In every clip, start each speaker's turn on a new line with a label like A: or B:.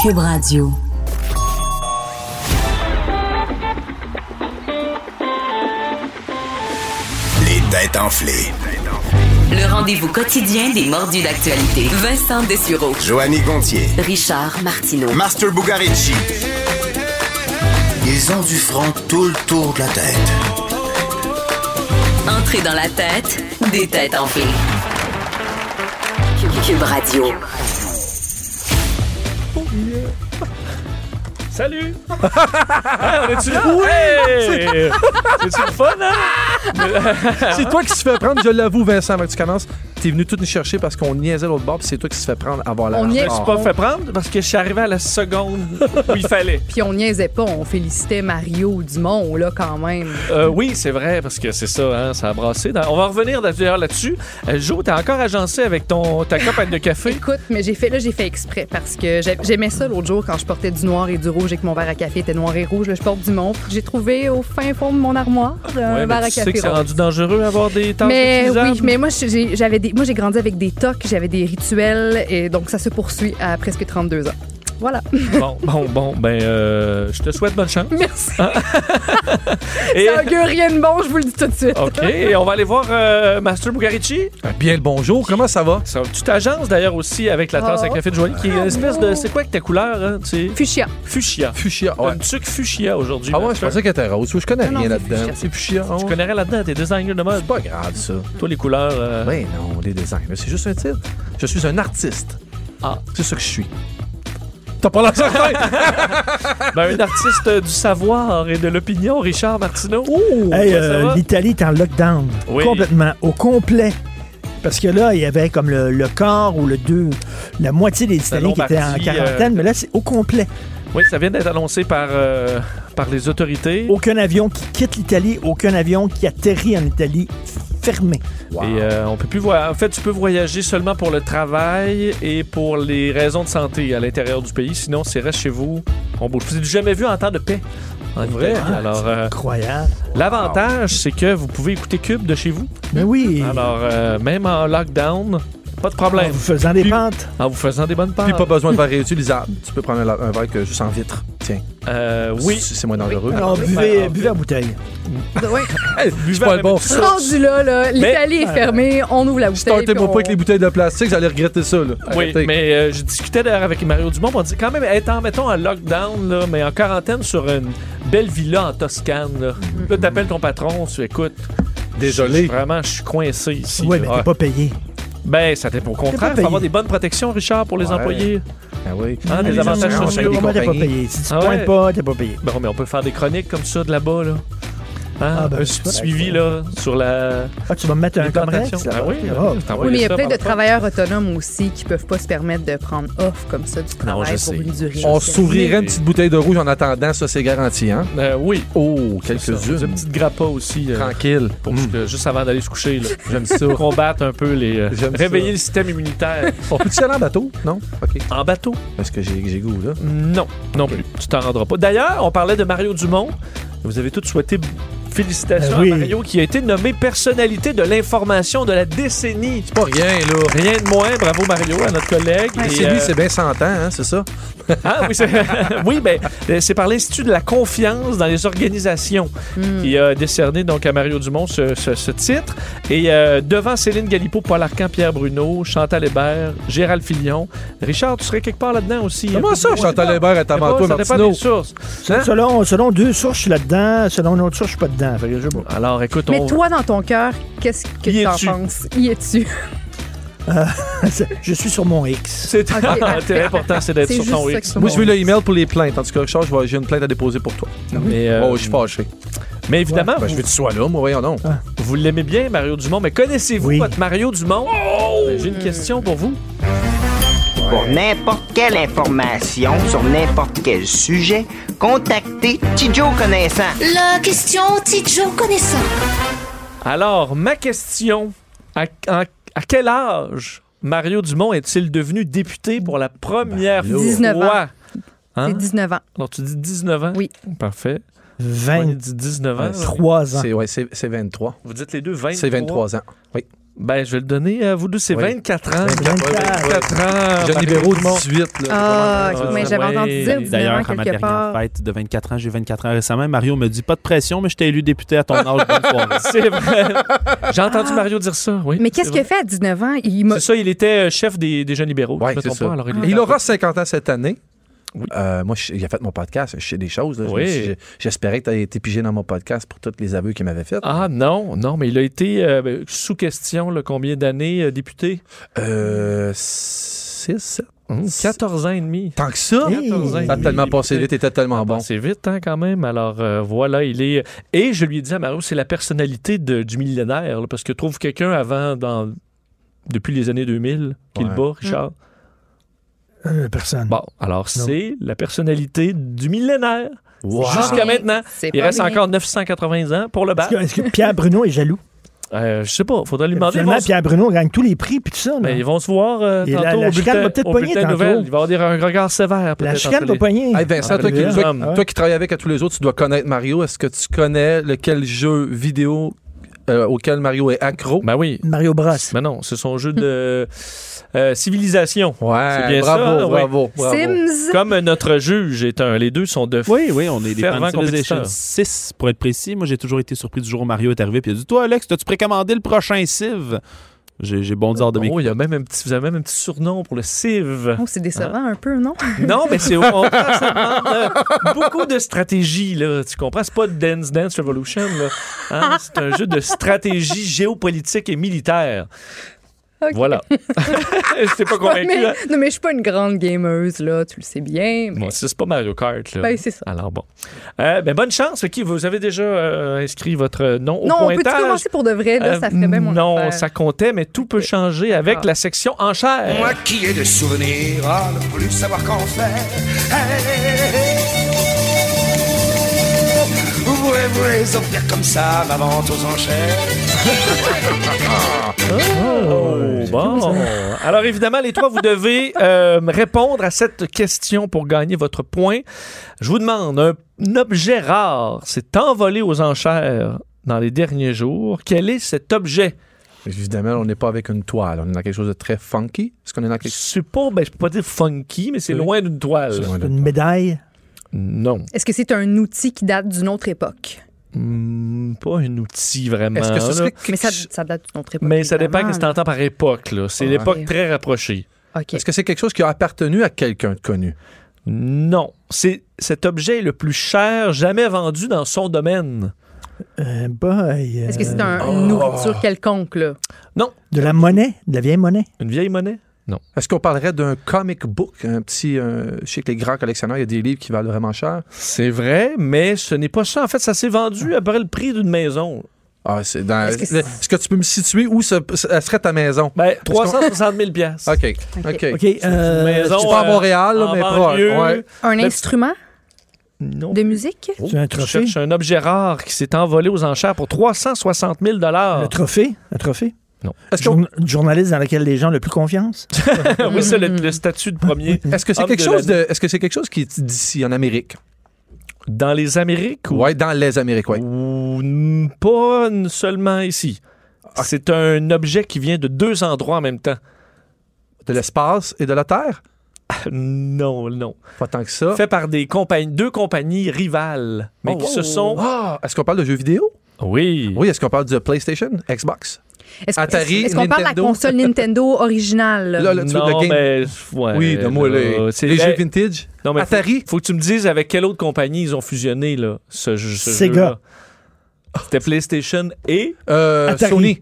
A: Cube Radio.
B: Les têtes enflées.
A: Le rendez-vous quotidien des mordus d'actualité. Vincent Dessureau.
B: Joanny Gontier.
A: Richard Martineau.
B: Master Bugarici. Ils ont du front tout le tour de la tête.
A: Entrée dans la tête des têtes enflées. Cube- Cube Radio.
C: Salut! Hey, on est-tu là? Hey! C'est-tu le fun, hein?
D: C'est toi qui se fait prendre, je l'avoue, Vincent, avant que tu commences. T'es venu tout nous chercher parce qu'on niaisait l'autre bord, puis c'est toi qui se fait prendre avant la
E: On
C: Je
E: niaise
C: me suis pas fait prendre parce que je suis arrivé à la seconde où il fallait.
E: Puis on niaisait pas, on félicitait Mario Dumont, là, quand même.
C: Euh, oui, c'est vrai, parce que c'est ça, hein, ça a brassé. Dans- On va revenir d'ailleurs là-dessus. Euh, jo, t'es encore agencé avec ton, ta campagne de café.
E: Écoute, mais j'ai fait, là, j'ai fait exprès parce que j'ai- j'aimais ça l'autre jour quand je portais du noir et du rouge et que mon verre à café était noir et rouge. Là, je porte du Dumont. J'ai trouvé au fin fond de mon armoire euh, un
C: Ouais, mais
E: verre à
C: tu sais
E: café
C: que c'est
E: rouge.
C: rendu dangereux avoir des tâches
E: Mais
C: utilisables.
E: oui, mais moi j'ai- j'avais des moi j'ai grandi avec des tocs, j'avais des rituels et donc ça se poursuit à presque 32 ans. Voilà.
C: Bon, bon, bon, ben, euh, je te souhaite bonne chance.
E: Merci.
C: Et...
E: Ça augure rien de bon, je vous le dis tout de suite.
C: OK, et on va aller voir euh, Master Bugarici.
D: Ben, Bien le bonjour, comment ça va?
C: Ça, tu t'agences d'ailleurs aussi avec la
F: Ah,
C: tasse à
E: Oh.
C: café de Joanie qui est une espèce de. C'est quoi que ta couleur, hein? Tu sais,
E: Fuchsia.
C: fuchsia.
D: Fuchsia,
C: T'as
D: ouais.
C: Une tuque fuchsia aujourd'hui.
D: Ah ouais, je
C: Master.
D: pensais qu'elle était rose. Je connais
E: Non,
D: rien
E: non,
D: là-dedans.
E: c'est
D: C'est Fuchsia.
C: Tu
D: hein?
C: connais là-dedans, t'es designer de mode.
D: C'est pas grave, ça.
C: Toi, les couleurs. euh,
D: Ben non, les designs. mais C'est juste un titre. Je suis un artiste.
C: Ah.
D: C'est ça que je suis. T'as pas la certain!
C: ben, un artiste euh, du savoir et de l'opinion, Richard Martineau.
D: Oh!
F: Hey,
C: Ouais,
F: euh,
C: ça va?
F: L'Italie est en lockdown.
C: Oui.
F: Complètement. Au complet. Parce que là, il y avait comme le, le quart ou le deux, la moitié des Italiens qui étaient en
C: Lombardie,
F: quarantaine,
C: euh,
F: mais là, c'est au complet.
C: Oui, ça vient d'être annoncé par, euh, par les autorités.
F: Aucun avion qui quitte l'Italie, aucun avion qui atterrit en Italie fermé.
C: Et euh, on peut plus voir. En fait, tu peux voyager seulement pour le travail et pour les raisons de santé à l'intérieur du pays. Sinon, c'est reste chez vous. On bouge. C'est du jamais vu en temps de paix. En vrai. Alors, euh,
F: Incroyable.
C: L'avantage, c'est que vous pouvez écouter Cube de chez vous.
F: Mais oui.
C: Alors, euh, même en lockdown, pas de
F: en
C: problème.
F: Ah, vous faisant des
C: Puis-
F: pentes.
C: En vous faisant des bonnes
D: Puis
C: parts.
D: pas besoin de verre réutilisable. Tu peux prendre un, la- un verre que juste en vitre. Tiens.
C: Euh, oui.
D: C'est c'est moins dangereux.
F: Alors,
C: Ben,
F: buvez,
C: en-
F: buvez à bouteille.
C: Ah.
E: Ouais.
D: Hey,
C: Buvez
D: c'est pas
C: avec
D: le bon.
C: une sauce.
E: Rendu là, là, l'Italie
C: Ah.
E: est fermée, on ouvre la bouteille.
D: Startez-moi
E: puis
D: pas
E: on-
D: avec les bouteilles de plastique, j'allais regretter ça. Là.
C: Oui,
D: Arrêtez.
C: mais euh, je discutais d'ailleurs avec Mario Dumont. On dit quand même être en, mettons, en lockdown, là, mais en quarantaine sur une belle villa en Toscane. Là, Là, t'appelles ton patron, tu écoutes.
D: Désolé.
C: je- Vraiment, je suis coincé ici.
F: Oui,
C: là.
F: mais
C: Ah.
F: t'es pas payé.
C: Ben, ça t'est pour contraire.
F: pas
C: Faut
F: payé.
C: avoir des bonnes protections, Richard, pour les
D: Ouais.
C: employés.
D: Ah oui.
C: Hein, des
F: Les
C: avantages
F: assurances,
C: sociaux.
F: t'es pas- t'es pas
D: compagnies.
F: payé. Si tu
C: Ah
F: pointes
C: ouais.
F: pas, t'es pas payé.
C: Bon, mais on peut faire des chroniques comme ça de là-bas, là. Hein?
F: Ah, ben,
C: un
F: c'est
C: petit
F: correct,
C: suivi,
F: ouais.
C: là, sur la.
F: Ah, tu vas me mettre un
C: l'implantation.
F: comrex,
C: Ah
F: là-bas.
C: oui,
F: Ah,
C: je t'envoie
E: Oui, mais il y a
C: ça
E: plein de
C: par le
E: travailleurs autonomes aussi qui peuvent pas se permettre de prendre off comme ça du travail
C: je
E: pour
C: sais.
E: une durée.
D: On
E: indéterminée.
D: s'ouvrirait une petite bouteille de rouge en attendant, ça c'est garanti, hein?
C: poste. Euh, oui.
D: Oh,
C: Ça, Une
D: quelques-unes.
C: petite grappa aussi. euh,
D: Tranquille.
C: pour
D: Mm.
C: que- juste avant d'aller se coucher, là.
D: J'aime ça.
C: combattre un peu les. euh,
D: J'aime ça.
C: réveiller le système immunitaire.
D: On peut-tu aller en bateau? Non? OK.
C: en bateau?
D: Parce que j'ai j'ai goût, là.
C: Non, non plus. Tu t'en rendras pas. D'ailleurs, on parlait de Mario Dumont. Vous avez tous souhaité b- félicitations
F: Ben oui.
C: à Mario qui a été nommé personnalité de l'information de la décennie.
D: Pas rien, là.
C: Rien de moins, bravo Mario à notre collègue. Et,
D: C'est
C: euh,
D: lui, c'est bien 100 ans, hein, c'est ça?
C: Ah oui, c'est oui, ben, euh, c'est par l'Institut de la confiance dans les organisations qui a décerné donc à Mario Dumont ce, ce- ce titre. Et euh, devant Céline Galipo, Paul Arcan, Pierre Bruno, Chantal Hébert, Gérald Fillon. Richard, tu serais quelque part là-dedans aussi. hein?
D: Comment ça, Chantal Hébert est avant toi,
C: Ça dépend des
D: Martineau?
C: sources.
F: Selon- Selon, selon deux sources, je suis là-dedans. Selon une autre source, je suis pas dedans. Fait que je sais pas.
C: Alors, écoute, on...
E: Mais toi, dans ton cœur, qu'est-ce
C: Y
E: que t'en
C: es-tu?
E: penses? Y es-tu?
F: Je suis sur mon X.
C: c'est
E: Ok, parfait.
C: important, c'est d'être
E: C'est
C: sur
E: juste
C: ton
E: ça
C: X.
E: que-
D: Moi, je veux le email pour les plaintes. En tout cas, Richard, je vais- j'ai une plainte à déposer pour toi.
C: Mais, euh, ah,
D: Oh, je suis fâché.
C: mais évidemment,
D: Ben, je veux
C: vous,
D: que tu sois là, moi, voyons
C: Ah,
D: donc.
C: vous l'aimez bien, Mario Dumont, mais connaissez-vous
F: Oui.
C: votre Mario Dumont?
D: Oh!
C: Ben, J'ai une question pour vous.
G: Pour n'importe quelle information sur n'importe quel sujet, contactez Tidjo Connaissant.
H: La question Tidjo connaissant.
C: Alors, ma question, à, en- à quel âge Mario Dumont est-il devenu député pour la première
D: Ben,
E: là.
C: fois?
E: 19 ans.
C: Hein?
E: T'es 19 ans.
C: Alors, tu dis 19 ans?
E: Oui.
C: Parfait. On
F: 23
C: dit 19 ans.
F: ans.
D: C'est ouais, c'est- c'est 23.
C: Vous dites les deux 23.
D: C'est 23 ans. Oui.
C: Ben, je vais le donner à vous deux. C'est
D: Oui.
C: 24 ans.
F: 24.
C: 24 ans.
D: Johnny
C: Mario
D: Béraud,
C: Dumont.
D: 18.
E: Ah,
C: Ouais.
E: mais j'avais
C: Ouais.
E: entendu dire
I: D'ailleurs,
E: D'ailleurs,
I: à ma
E: quelque
I: dernière
E: part.
I: fête de 24 ans, j'ai eu 24 ans récemment, Mario me dit pas de pression, mais je t'ai élu député à ton âge. Bonne soirée.
C: C'est vrai. J'ai entendu Mario dire ça, oui.
E: Mais qu'est-ce
C: C'est
E: qu'il a fait à 19 ans? Il
C: vrai.
E: m'a-
C: C'est ça, il était euh, chef des, des jeunes libéraux.
D: Ouais,
C: je me
D: c'est
C: trompe
D: ça.
C: pas. Alors,
E: Ah,
C: il
D: Il
C: aura
D: aura 50 ans cette année.
C: Oui.
D: Euh, moi, je- il a fait mon podcast. Je sais des choses. là. Je
C: Oui.
D: me suis- J'espérais que tu été pigé dans mon podcast pour tous les aveux qu'il m'avait fait.
C: Ah non, non, mais il a été euh, ben, sous question là, combien d'années euh, député?
D: Euh, 6, 7.
C: Hum, 14 ans et demi.
D: Tant que ça.
F: Hey.
D: T'as tellement passé vite, t'étais tellement bon.
C: C'est vite, hein, quand même. Alors, euh, voilà, il est. Et je lui ai dit à Mario, c'est la personnalité de- du millénaire, là, parce que trouve quelqu'un avant, dans... depuis les années 2000, qu'il
D: Ouais.
C: bat, Richard.
F: Euh, personne.
C: Bon, alors, c'est la personnalité du millénaire. Jusqu'à
E: Ouais.
C: maintenant.
E: C'est
C: Il
E: pas
C: reste
E: rien.
C: encore 980 ans pour le
F: Est-ce
C: battre.
F: que, est-ce que Pierre Bruno est jaloux?
C: Euh, je sais pas, faudrait lui demander. Ils
F: Finalement,
C: vont, se- Ben,
F: Pierre Bruno gagne tous les prix puis tout ça. là.
C: mais ils vont se voir euh,
F: Et
C: tantôt
F: la- la
C: au
F: chicane
C: bulletin,
F: va peut-être
C: au
F: pogner
C: bulletin
F: tantôt.
C: nouvelle. Il va y avoir des- un regard sévère.
F: La
C: peut-être,
F: chicane Euh,
C: entre
F: va
C: les-
F: pogner.
D: Hey Vincent,
C: Entre
D: toi,
C: les
D: qui, toi-
C: hommes.
D: toi qui travailles avec à tous les autres, tu dois connaître Mario. Est-ce que tu connais lequel jeu vidéo euh, auquel Mario est accro?
C: Ben oui.
F: Mario Bros.
C: Mais non, c'est son jeu de euh, civilisation.
D: ouais,
C: c'est bien
D: bravo,
C: ça, oui.
D: bravo, bravo.
E: Sims.
C: Comme notre juge est un, les deux sont de f-
I: Oui, oui, on est des fans
C: Fervent
I: de Civilization
C: compétiteur.
I: 6, pour être précis. Moi, j'ai toujours été surpris du jour où Mario est arrivé. Puis il a dit Toi, Alex, t'as-tu précommandé le prochain Civ J'ai j'ai bondi hors de mes.
C: Oh, il y a même un petit, vous avez même un petit surnom pour le civ.
E: Oh, c'est décevant
C: Hein?
E: un peu, non?
C: Non, mais c'est on comprend, ça demande, euh, beaucoup de stratégie là. Tu comprends C'est pas Dance Dance Revolution là. Hein? C'est un jeu de stratégie géopolitique et militaire.
E: Ok.
C: Voilà. c'est pas
E: Mais-
C: convaincu. hein?
E: non, mais je suis pas une grande gameuse, là, tu le sais bien. mais-
C: Bon, ça, c'est pas Mario Kart là.
E: Ben, c'est ça.
C: Alors bon. Euh, ben, bonne chance, Vicky. Vous avez déjà euh, inscrit votre nom
E: non,
C: au
E: on peut-tu
C: pointage.
E: commencer pour de vrai, là?
C: Euh,
E: ça ferait bien mon
C: non,
E: affaire.
C: ça comptait, mais tout peut changer avec
E: Ah.
C: la section enchères.
B: Moi qui ai de souvenirs, à ne plus savoir qu'en faire. Hey. Vous rêvez en faire comme ça, ma vente aux enchères.
C: Oh, bon. Alors, évidemment, les trois, vous devez euh, répondre à cette question pour gagner votre point. Je vous demande, un, un objet rare s'est envolé aux enchères dans les derniers jours. Quel est cet objet?
D: Évidemment, on n'est pas avec une toile. On est dans quelque chose de très funky. Est-ce qu'on est dans
C: Je
D: quelque chose...
C: sais pas, ben, je peux pas dire funky, mais c'est
D: Oui.
C: loin d'une toile.
D: Ouais, là.
F: Une médaille.
C: Non.
E: Est-ce que c'est un outil qui date d'une autre époque?
C: Hmm, pas un outil vraiment.
D: Est-ce que ce
C: là.
D: serait...
E: Mais ça, ça date d'une autre époque.
C: Mais ça dépend
E: évidemment,
C: qu'est-ce que tu entends par époque. là. C'est
D: Ouais.
C: l'époque très rapprochée.
E: là. OK.
D: Est-ce que c'est quelque chose qui a appartenu à quelqu'un de connu?
C: Non. C'est cet objet est le plus cher jamais vendu dans son domaine.
F: Euh, boy, euh,
E: Est-ce que c'est un- une
C: oh.
E: nourriture quelconque, là?
F: De la monnaie, de la vieille monnaie.
C: Une vieille monnaie?
D: Est-ce qu'on parlerait d'un comic book? Un petit... euh, je sais que les grands collectionneurs, il y a des livres qui valent vraiment cher.
C: C'est vrai, mais ce n'est pas ça. En fait, ça s'est vendu à peu près le prix d'une maison.
D: Ah, c'est dans...
E: Est-ce que c'est-
D: Le- Est-ce que tu peux me situer où ce- ce- elle serait ta maison?
C: Ben, 360 000 piastres.
D: OK. OK.
F: OK. euh,
C: maison,
D: Tu vas à
C: euh,
D: Montréal, là,
C: en
D: mais
C: banlieue.
D: proche, ouais.
E: Un
C: Le- Oh.
E: instrument
C: Non.
E: de musique?
F: c'est un
C: Je
F: trophée.
C: cherche un objet rare qui s'est envolé aux enchères pour 360 000
F: Un trophée. Un trophée.
D: Est-ce qu'on-
F: Journa- journaliste dans lequel les gens ont le plus confiance.
C: Oui, c'est le, le statut de premier.
D: Est-ce que c'est
C: Homme de
D: quelque chose de, est-ce que c'est quelque chose qui est d'ici en Amérique
C: Dans les Amériques ou,
D: Ouais, dans les Amériques, ouais.
C: ou n- pas n- seulement ici.
D: Ah.
C: C'est un objet qui vient de deux endroits en même temps.
D: De l'espace et de la terre
C: Non, non.
D: Pas tant que ça.
C: Fait par des compagnies, deux compagnies rivales, mais
D: Ah. Oh,
C: qui
D: wow.
C: se sont.
D: Ah, est-ce qu'on parle de jeux vidéo
C: Oui.
D: Oui, est-ce qu'on parle de PlayStation, Xbox
E: Est-ce
D: Atari,
E: est-ce qu'on parle de la
D: Nintendo.
E: console Nintendo originale?
D: Là, là, tu veux
C: Non,
D: le game-
C: mais. ouais,
D: Oui, de moi
C: là,
D: les,
C: c'est-
D: les jeux
C: ben,
D: vintage.
C: Non, mais
D: Atari.
C: Faut, faut que tu me dises avec quelle autre compagnie ils ont fusionné, là, ce, jeu- ce
F: Sega.
C: jeu-là. C'était PlayStation et.
D: Euh,
F: Atari.
D: Sony.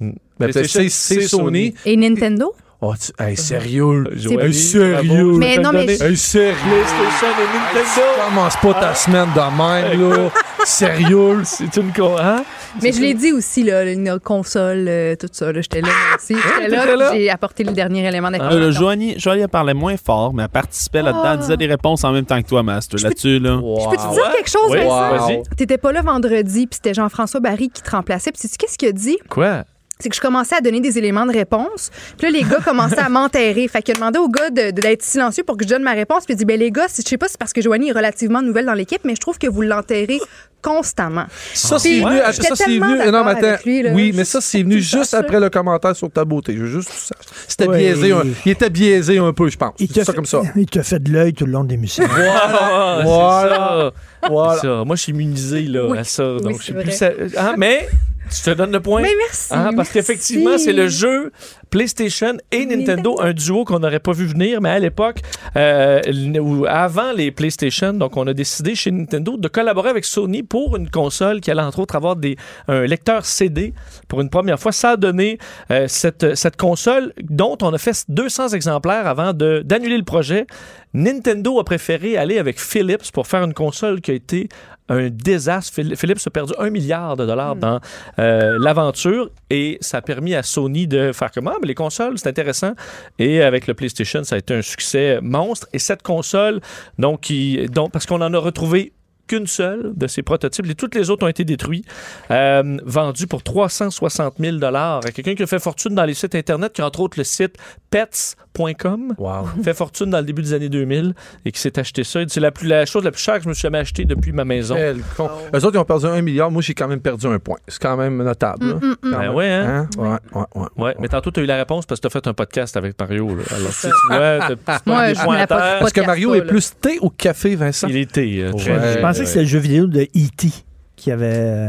C: Hmm.
D: Ben, c'est,
C: PlayStation,
D: c'est
C: c'est Sony. Euh,
D: Sony.
E: Et Nintendo?
D: Oh, tu... hey, sérieux
C: Joanie,
D: sérieux.
C: bravo,
E: Mais
C: je vais
E: non,
C: te le
E: mais
C: donner.
D: Hey, sérieux
C: PlayStation et
D: Tu
C: Nintendo.
D: commences pas
C: Ah.
D: ta semaine de même, là. sérieux
C: C'est une con. Hein?
E: Mais je l'ai dit aussi, là, une console, euh, tout ça. là, J'étais là moi aussi. J'étais là,
C: Ah! t'étais là?
E: puis j'ai apporté le dernier élément
I: Euh, le
E: d'information.
I: Joanie, Joanie, elle parlait moins fort, mais elle participait là-dedans. Elle disait des réponses en même temps que toi, Master. Là-dessus, là.
E: Je peux te dire quelque chose,
C: Ah Oui,
E: Vincent?
C: vas-y.
E: T'étais pas là vendredi, puis c'était Jean-François Barry qui te remplaçait. Puis sais-tu qu'est-ce qu'il a dit?
C: Quoi?
E: c'est que je commençais à donner des éléments de réponse. Puis là, les gars commençaient à m'enterrer. Fait que demandé au gars de- de- d'être silencieux pour que je donne ma réponse. Puis il dit, ben les gars, si- je sais pas si c'est parce que Joanie est relativement nouvelle dans l'équipe, mais je trouve que vous l'enterrez constamment.
D: Ça, c'est
E: Puis,
D: venu.
E: j'étais
D: attends, ça, c'est
E: tellement
D: venu.
E: d'accord
D: Non, mais attends.
E: avec lui, là.
D: oui,
E: Je
D: mais ça,
E: suis
D: c'est venu
E: tout le temps
D: juste
E: sûre.
D: après le commentaire sur ta beauté. Je veux juste que tu saches. C'était
F: Ouais.
D: biaisé. un- il était biaisé un peu, je pense.
F: Il
D: C'est
F: te
D: ça
F: fait-
D: comme ça.
F: Il te fait de l'œil tout le long des musées.
C: Voilà,
D: Voilà.
C: c'est ça.
D: Voilà.
C: C'est ça. Moi, je suis immunisé là,
E: Oui.
C: à ça.
E: Oui,
C: Donc,
E: c'est
C: je suis
E: vrai.
C: plus. sa- Hein, mais tu te donnes le point.
E: Mais merci.
C: Hein, parce
E: merci.
C: qu'effectivement, c'est le jeu PlayStation et Nintendo,
E: Nintendo.
C: un duo qu'on n'aurait pas vu venir, mais à l'époque, euh, ou avant les PlayStation, donc on a décidé chez Nintendo de collaborer avec Sony pour une console qui allait entre autres avoir des, un lecteur CD pour une première fois. Ça a donné euh, cette, cette console dont on a fait 200 exemplaires avant de- d'annuler le projet. Nintendo a préféré aller avec Philips pour faire une console qui a été un désastre. Phil- Philips a perdu un milliard de dollars dans euh, l'aventure et ça a permis à Sony de faire comment? mais les consoles, c'est intéressant. Et avec le PlayStation, ça a été un succès monstre. Et cette console, donc, qui, donc parce qu'on en a retrouvé qu'une seule de ces prototypes. Les- toutes les autres ont été détruits, euh, vendus pour 360 000 dollars. Quelqu'un qui a fait fortune dans les sites Internet, qui a entre autres le site pets.com, fait fortune dans le début des années 2000 et qui s'est acheté ça. Il dit, C'est la, plus, la chose la plus chère que je me suis jamais achetée depuis ma maison.
D: Quel con. Eux autres, ils ont perdu un milliard. Moi, j'ai quand même perdu un point. C'est quand même
E: Mm,
D: notable. là. Quand
C: Ben
D: même.
C: ouais, hein?
D: Ouais, ouais, ouais.
C: Ouais, mais tantôt, tu as eu la réponse parce que tu as fait un podcast avec Mario. là. Alors, si tu vois, t'as- tu te prends
E: Moi,
C: des
E: je
C: points
E: me
C: à
E: la pose
C: terre.
E: pas.
D: Est-ce que Mario
E: ça,
D: est
E: là.
D: plus thé ou café, Vincent?
C: Il était euh, très-
D: Ouais.
F: Je pensais que c'était le jeu vidéo de E.T. qui avait. euh,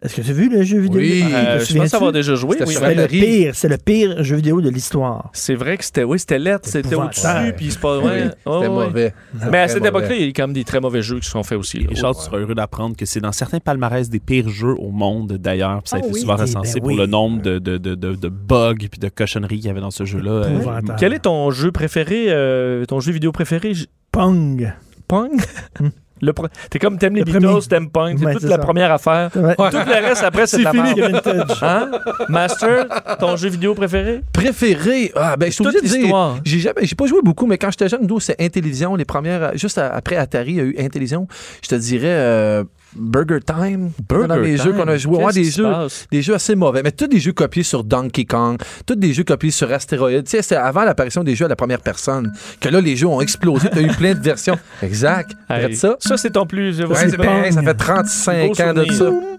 F: Est-ce que tu as vu le jeu vidéo?
D: Oui.
F: de E.T.?
C: Euh,
F: Te
C: je pense
F: souviens-tu?
C: avoir déjà joué.
D: C'était
C: oui,
D: sur
C: mais-
F: C'était le
D: Valérie.
F: pire, c'est le pire jeu vidéo de l'histoire.
C: C'est vrai que c'était oui, c'était lettre,
F: C'est
C: c'était au-dessus,
F: épouvantable.
C: puis c'est pas
D: Oui,
C: vrai.
D: C'était mauvais.
C: Mais à
D: Très
C: cette
D: mauvais.
C: époque-là, il y a eu quand même des très mauvais jeux qui se sont faits aussi. là.
I: Et Charles, tu seras heureux d'apprendre que c'est dans certains palmarès des pires jeux au monde, d'ailleurs. Puis Ça a
F: Ah
I: été
F: oui.
I: souvent
F: Eh ben
I: recensé pour
F: oui.
I: le nombre de, de, de, de, de bugs puis de cochonneries qu'il y avait dans ce jeu-là. Euh,
F: Épouvantable.
C: Quel est ton jeu préféré, euh, ton jeu vidéo préféré? J-
F: Pong.
C: Pong? Le pre- T'es comme t'aimes les
F: Le
C: Beatles,
F: premier.
C: t'aimes Pong, c'est
F: Ouais,
C: toute
F: c'est
C: la
F: ça.
C: première affaire.
F: Ouais.
C: Tout le reste après, c'est de la
F: fini,
C: merde.
F: vintage.
C: Hein? Master, ton jeu vidéo préféré?
D: préféré. Ah, ben, je suis
C: Toute
D: obligé de
C: l'histoire.
D: dire. J'ai jamais, j'ai pas joué beaucoup, mais quand j'étais jeune, nous, c'est Intellivision. Les premières, juste à- après Atari, il y a eu Intellivision. Je te dirais euh, Burger Time. dans les jeux qu'on a joué. Ouais,
C: Qu'est-ce
D: des
C: qui se
D: jeux.
C: passe?
D: Des jeux assez mauvais, mais tous des jeux copiés sur Donkey Kong, tous des jeux copiés sur Astéroïdes. Tu sais, c'était avant l'apparition des jeux à la première personne que là, les jeux ont explosé. Tu as eu plein de versions. Exact. Arrête
C: Hey,
D: ça.
C: c'est ton plus.
D: Ouais,
C: c'est
D: c'est bien,
F: Pong.
D: ça fait 35
C: Beau
D: ans de
C: souvenir.
D: ça.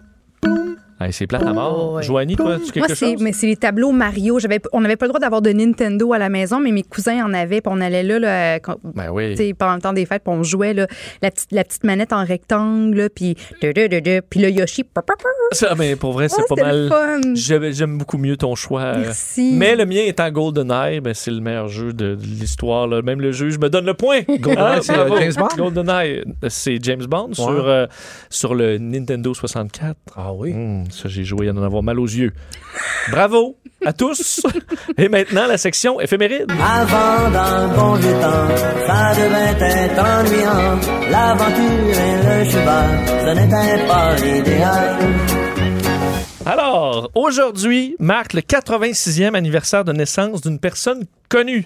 C: Hey, c'est plate à mort.
E: Oh, ouais.
C: Joanie, toi, tu
E: Moi,
C: quelque
E: c'est,
C: chose?
E: mais c'est les tableaux Mario. J'avais, on n'avait pas le droit d'avoir de Nintendo à la maison, mais mes cousins en avaient. Puis on allait là, là, quand-
C: Ben oui.
E: tu sais, pendant le temps des fêtes, puis on jouait là, la, petite, la petite manette en rectangle, là, puis du, du, du, du, puis le Yoshi. pa, pa, pa.
C: Ça, mais pour vrai, c'est
E: Ah,
C: pas
E: c'était le
C: mal.
E: fun.
C: J'aime j'aime beaucoup mieux ton choix. euh,
E: Merci.
C: Mais le mien étant GoldenEye, ben c'est le meilleur jeu de, de l'histoire. là. Même le juge me donne le point. Ah,
D: GoldenEye, c'est,
C: bravo.
D: euh, James Bond?
C: GoldenEye, euh, c'est James Bond sur, euh, sur le Nintendo 64.
D: Ah oui.
C: Hmm, ça, j'ai joué à en avoir mal aux yeux. Bravo à tous. Et maintenant, la section éphéméride.
G: Avant d'un bon vieux temps, ça devait être ennuyant. L'aventure et le cheval, ce n'était pas l'idéal.
C: Alors, aujourd'hui marque le 86e anniversaire de naissance d'une personne connue.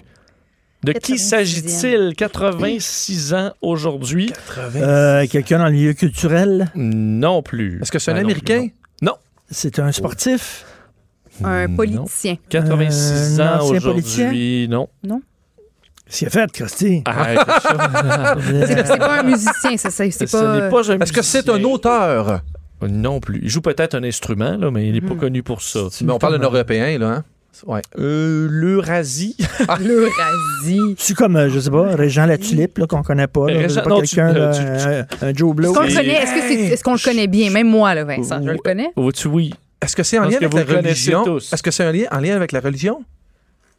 C: De qui
E: 86e.
C: s'agit-il 86 ans aujourd'hui?
F: Euh, Quelqu'un dans le milieu culturel.
C: Non plus.
D: Est-ce que c'est un
C: Ah, non plus,
D: Américain?
C: Non.
F: C'est un sportif.
E: un
C: Non.
E: politicien.
C: 86
F: Euh, un
C: ans
F: ancien
C: aujourd'hui,
F: politicien?
C: non.
F: C'est fait, Christy.
D: Ah.
C: Arrête, ça.
F: Euh,
E: C'est pas un musicien, ça. C'est, c'est
C: Ce
E: pas.
C: n'est pas un
D: Est-ce que c'est un
C: musicien.
D: auteur?
C: Non plus. Il joue peut-être un instrument, là, mais il n'est pas connu pour ça.
D: Mais on parle d'un Européen, là. Hein? Ouais.
C: Euh, L'Eurasie.
E: L'Eurasie.
F: C'est comme, euh, je sais pas, Régent La Tulipe, là, qu'on connaît pas. là.
C: Régent-
F: Je sais pas
C: non, tu-
F: quelqu'un,
C: euh,
F: là,
C: tu- tu-
F: un, un Joe Blow.
E: Est-ce qu'on, le
C: Oui.
E: connaît, est-ce, que c'est- est-ce qu'on le connaît bien? Même moi, là, Vincent, je le connais.
C: Vois-tu, Oh, oui.
D: Est-ce que c'est en
C: Parce
D: lien
C: que
D: avec
C: vous
D: la
C: le connaissez
D: religion?
C: tous.
D: Est-ce que c'est un lien, en lien avec la religion?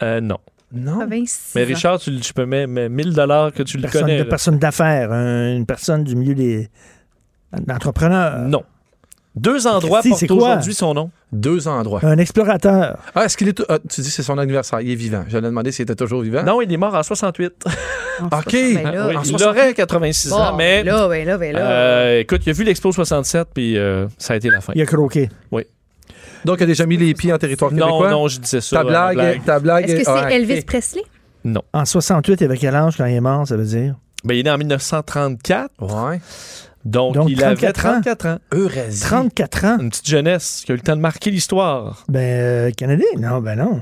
C: Euh, non.
D: Non.
E: 86
C: Mais
E: ans.
C: Richard, tu, le- tu peux mettre 1000 dollars que tu le
F: Personne,
C: connais.
F: de
C: là.
F: personne d'affaires, un- une personne du milieu des entrepreneurs,
C: Non. Deux endroits
F: Christy, c'est
C: portent
F: quoi?
C: aujourd'hui son nom.
D: Deux endroits.
F: un explorateur.
D: Ah, est-ce qu'il est. tou- ah, tu dis que c'est son anniversaire. Il est vivant. J'allais demander s'il était toujours vivant.
C: Non, il est mort en 68.
E: Ben
D: OK.
E: là,
C: Hein? Ah Oui,
D: en
C: il aurait 86
E: bon,
C: ans, mais...
E: Là, ben là, ben là.
C: euh, écoute, il a vu l'Expo 67, puis euh, ça a été la fin.
F: Il a croqué.
D: Donc, il a déjà mis les pieds en territoire
C: Non,
D: québécois.
C: non, je disais ça.
D: Ta
C: à la
D: blague, ta blague.
E: Est-ce que c'est
D: ah, ok.
E: Elvis Presley?
F: En 68, il avait quel âge quand il est mort, ça veut dire?
C: Ben, il est né en 1934.
D: Ouais.
C: Donc,
F: Donc,
C: il avait
F: 34
C: 34 ans.
D: Eurasie.
F: 34 ans.
C: Une petite jeunesse qui a eu le temps de marquer l'histoire.
F: Ben, euh, Canadien? Non, ben non.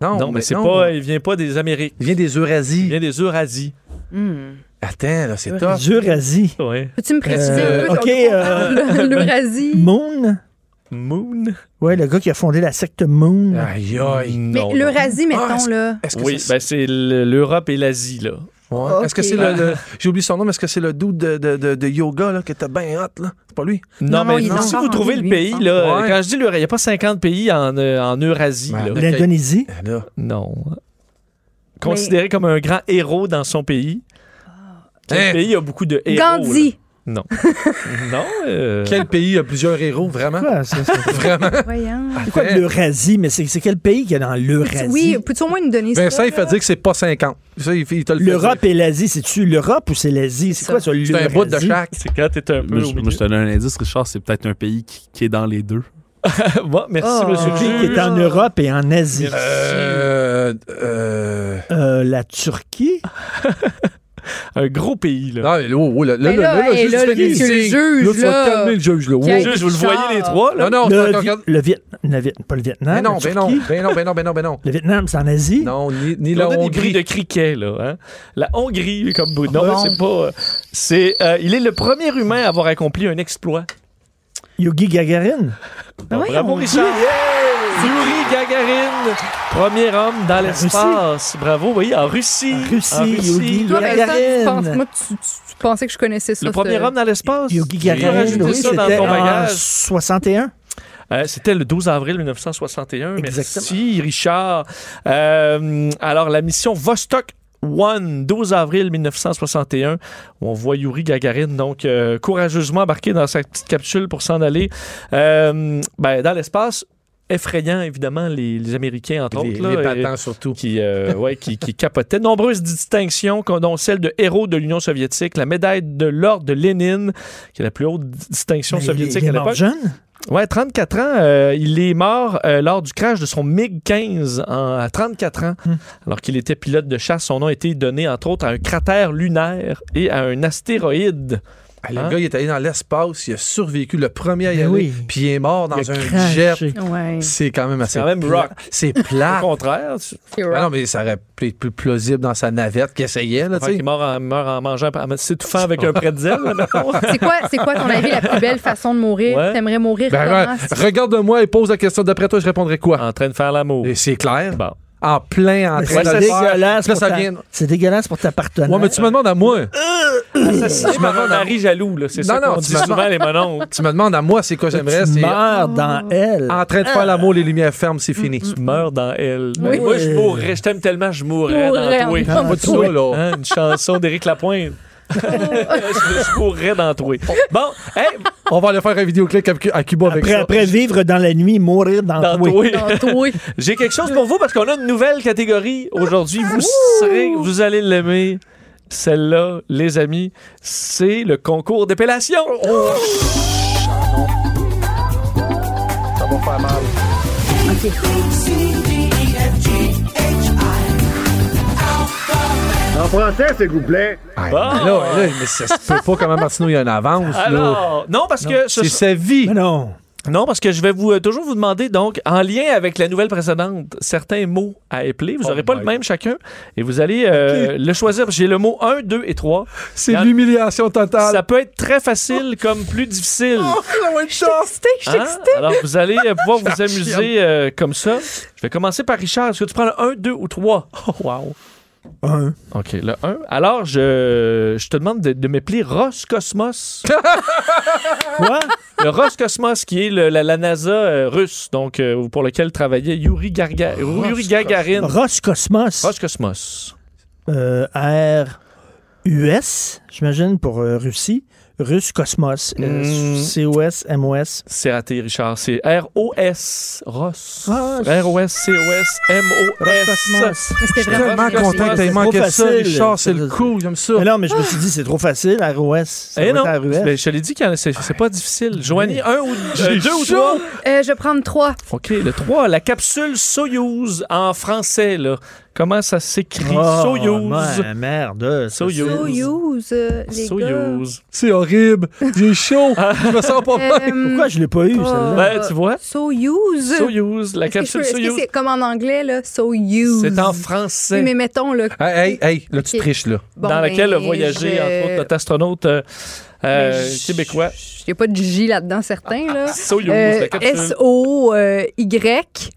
C: Non, mais, c'est pas. Il vient pas des Amériques.
D: Il vient des
C: Il
D: Eurasies.
C: vient des Eurasies.
E: Hmm.
D: Attends, là, c'est
C: Ah.
D: top.
F: Eurasie.
C: Ouais.
E: Peux-tu me préciser un
F: Euh,
E: peu de
F: ok,
E: quoi on
F: euh,
E: parle? l'Eurasie?
F: Moon?
C: Moon.
F: Ouais, le gars qui a fondé la secte Moon.
D: Aïe, aïe.
E: Mais
C: Non, non.
E: l'Eurasie,
D: Ah,
E: mettons,
D: est-ce-
E: là.
D: Est-ce que
C: Oui,
D: c'est
C: ben c'est le- l'Europe et l'Asie, là.
D: Ouais.
E: Ok.
D: Est-ce que c'est le, le- J'ai oublié son nom, mais est-ce que c'est le dude de, de, de, de yoga là, qui était bien hot, là? C'est pas lui?
E: Non,
C: Non, mais
E: il est
C: si
E: encore
C: vous
E: en
C: trouvez le
E: vie, lui,
C: pays,
E: il me
C: là,
D: semble.
C: quand je dis l'Eurasie, il n'y a pas 50 pays en, euh, en Eurasie.
D: Ouais.
C: là.
D: Ok.
F: L'Indonésie.
C: Euh,
D: Ben là.
C: Non. Considéré comme un grand héros dans son pays.
I: Ah.
C: Quel
D: Hein?
C: pays a beaucoup de héros?
E: Gandhi.
C: là? Non. non. euh,
D: Quel pays a plusieurs héros, vraiment?
F: Quoi, ça, ça?
D: Vraiment?
E: Voyons.
F: C'est quoi l'Eurasie? Mais c'est c'est quel pays qu'il y a dans
E: Peux-tu-
F: l'Eurasie?
E: Oui, peux-tu au moins nous donner
D: Vincent,
E: ça?
D: il fait dire que c'est pas 50. Ça, il, il te le fait
F: L'Europe
D: dire.
F: et l'Asie, c'est-tu l'Europe ou c'est l'Asie? C'est
E: C'est
F: quoi
E: ça.
F: ça, l'Eurasie?
D: C'est un bout de chaque.
C: C'est quand t'es un peu
I: Moi,
C: au
I: je, moi,
C: milieu.
I: je te donne un indice, Richard, c'est peut-être un pays qui, qui est dans les deux.
C: Bon, merci,
E: Oh.
C: monsieur
F: Qui
C: King.
F: est en Europe et en Asie?
D: Euh, euh,
F: Euh, la Turquie?
D: Ah,
C: Un gros pays, là.
D: Non, mais là, oh, oh, là, là,
E: Mais
D: là,
E: là,
D: là,
E: hey,
D: juste
E: là,
D: tu
E: les-
D: fais des
E: le
D: signes.
E: juge,
D: Là, tu vas
E: là.
D: calmer le juge, là.
E: Qui a-
D: Wow.
C: Je- je vous le
E: Richard.
C: voyez les trois, là.
D: Non, non,
F: le,
D: attends,
F: Vi-
D: regarde.
F: le Viet- la Viet- pas le Vietnam.
D: Mais non,
F: la
D: mais non,
F: Turquie.
D: mais non, mais non, mais non, mais non.
F: Le Vietnam, c'est en Asie?
D: Non, ni, ni
C: Il a
D: la
C: des bruits
D: Hongrie.
C: de criquet, là. hein. La Hongrie, comme Bruno,
E: Bon.
C: c'est pas. euh, C'est, euh, il est le premier humain à avoir accompli un exploit.
F: Yogi Gagarin? Ben
C: Bon,
E: voyons
C: Ah, bravo,
E: donc.
C: Richard. Yuri Gagarin, premier homme dans l'espace. Bravo, oui, en Russie.
F: En Russie, Yuri
E: Toi, Vincent, tu
F: Gagarine.
E: penses- moi, tu, tu- tu pensais que je connaissais ça.
C: Le premier
E: ce-
C: homme dans l'espace.
F: Yogi
C: Tu peux
F: Gagarin,
C: rajouter
F: oui,
C: ça dans
F: c'était
C: ton
F: en
C: bagage.
F: 61.
C: Euh, C'était le 12 avril 1961.
F: Exactement.
C: Merci, Richard. Euh, alors, la mission Vostok 1, 12 avril 1961, où on voit Yuri Gagarin, donc euh, courageusement embarqué dans sa petite capsule pour s'en aller euh, ben, dans l'espace. Effrayant, évidemment, les, les Américains, entre
D: Les,
C: autres. là,
D: les
C: et-
D: patents, surtout.
C: qui, euh, ouais, qui, qui capotait. Nombreuses distinctions, dont celle de héros de l'Union soviétique, la médaille de l'ordre de Lénine, qui est la plus haute di- distinction
F: Mais il-
C: soviétique
F: il est
C: à
F: mort
C: l'époque.
F: jeune?
C: Ouais, 34 ans. euh, il est mort euh, lors du crash de son MiG-15 en- à 34 ans,
D: Hmm.
C: alors qu'il était pilote de chasse. Son nom a été donné, entre autres, à un cratère lunaire et à un astéroïde.
D: Ah, le
C: Hein?
D: gars, il est allé dans l'espace, il a survécu, le premier à y
F: Mais
D: aller,
F: oui.
D: puis il est mort dans
F: Il a
D: un
F: craché.
D: jet.
E: Ouais.
D: C'est quand même assez.
C: quand même
D: plat.
C: rock.
D: C'est
C: Au
D: plat.
C: contraire, tu-
E: c'est
D: Ah
E: rock.
D: non, mais ça aurait pu être plus plausible dans sa navette qu'il essayait, là, tu
C: enfin, il
D: sais.
C: est mort en, meurt en mangeant, en s'étouffant avec un pretzel. là, mettons.
E: C'est quoi, c'est quoi, ton avis, la plus belle façon de mourir?
C: Ouais.
E: T'aimerais mourir
D: Ben,
E: comment?
D: ben, regarde-moi et pose la question. D'après toi, je répondrais quoi?
C: en train de faire l'amour.
D: Et C'est clair.
C: Bon.
D: En plein, en
F: Mais
D: train
F: C'est
D: de le faire.
F: dégueulasse,
D: Là,
F: pour
D: Ah, ça
F: ta-
D: vient.
F: c'est dégueulasse pour ta partenaire.
D: Ouais, mais tu me demandes à moi.
C: Tu m'as un mari jaloux, là. C'est
D: Non,
C: ça
D: non,
C: qu'on
D: tu
C: dit
D: m'as-
C: souvent, les mononcles.
D: Tu me demandes à moi, c'est quoi j'aimerais?
F: Tu
D: C'est Ah,
F: meurs
C: Ah.
F: dans elle.
D: en train de faire l'amour, les lumières fermes, c'est fini.
F: Mm,
C: meurs dans elle. Ben,
E: Oui.
C: Moi, je mourrais. Je t'aime tellement, je mourrais
E: Mourrais
C: dans toi.
E: en
D: Pas de ça, là.
C: Hein, une chanson d'Éric Lapointe. je, je mourrais dans toi. Bon, hey,
D: On va aller faire un vidéoclip à Cu- à Cuba avec
F: Après,
D: ça.
F: après vivre dans la nuit, mourir dans,
C: dans
F: toi.
C: toi.
E: Dans toi.
C: J'ai quelque chose pour vous parce qu'on a une nouvelle catégorie aujourd'hui. Vous serez, vous allez l'aimer. Celle-là, les amis, c'est le concours d'épellation. oh.
D: Ah,
C: Bon.
D: mais là, là, mais ça se peut pas comment Martino il y a une avance, là.
C: Alors, non parce que ce
D: C'est sa vie.
F: Mais non.
C: Non, parce que je vais vous euh, toujours vous demander, donc, en lien avec la nouvelle précédente, certains mots à épeler. Vous n'aurez pas le même chacun et vous allez euh, le choisir. J'ai le mot 1, 2 et 3.
D: C'est l'humiliation totale.
C: Ça peut être très facile comme plus difficile.
E: Excité, je
C: Hein? Alors, vous allez euh, pouvoir vous amuser euh, comme ça. Je vais commencer par Richard. Est-ce que tu prends le 1, 2 ou 3? Oh, wow.
F: Un.
C: OK, le 1. Alors, je, je te demande de, de m'épeler Roscosmos.
F: Quoi?
C: Le Roscosmos, qui est le- la, la NASA euh, russe, donc euh, pour lequel travaillait Yuri, Garga- Yuri Gagarin.
F: Roscosmos.
C: Roscosmos.
F: Euh, R. US, j'imagine, pour euh, Russie. Russe Cosmos. Euh,
C: Mm.
F: C-O-S, M-O-S.
C: C'est raté, Richard. C'est R-O-S. Ross.
F: Ross.
C: R-O-S, C-O-S, M-O-S.
F: Roscosmos.
E: Mais c'était
D: Je suis
E: vraiment
D: tellement content que t'aies
F: C'est
D: manqué
F: trop
D: ça,
F: facile.
D: Richard. C'est le coup, j'aime ça.
F: Mais non, mais je me suis dit, c'est trop facile, R-O-S. Ça
C: Eh
F: doit
C: non,
F: être R-U-S.
C: Ben, je te l'ai dit que c'est c'est pas difficile. Joanie, un ou euh, deux ou
D: chaud.
C: trois.
E: Euh, je vais prendre trois.
C: OK, le 3, la capsule Soyouz en français, là, Comment ça s'écrit? Soyouz.
F: Ah, ouais, Oh, merde. ça,
C: Soyouz.
E: Soyouz, euh, les gars.
C: Soyouz.
D: C'est horrible. J'ai chaud.
C: Ah.
D: je me sens pas bien.
E: Euh,
F: Pourquoi je l'ai pas eu, celle-là?
C: Ben, tu vois?
E: Soyouz.
C: Soyouz, la
E: Est-ce que je peux-
C: capsule
E: est-ce que
C: Soyouz.
E: c'est comme en anglais, là? Soyouz.
C: C'est en
E: Oui,
C: français. Ah,
E: mais mettons, là.
D: Hey, hey, hey, là, tu
E: Ok.
D: triches, là.
E: bon,
C: dans
E: ben,
C: laquelle a voyagé,
E: je-
C: entre autres, notre astronaute euh, euh,
E: Mais je-
C: québécois.
E: Il n'y a pas de J là-dedans, certains, là.
C: Soyouz,
E: Euh,
C: Ah, la capsule.
E: S-O-Y-O-U-Z.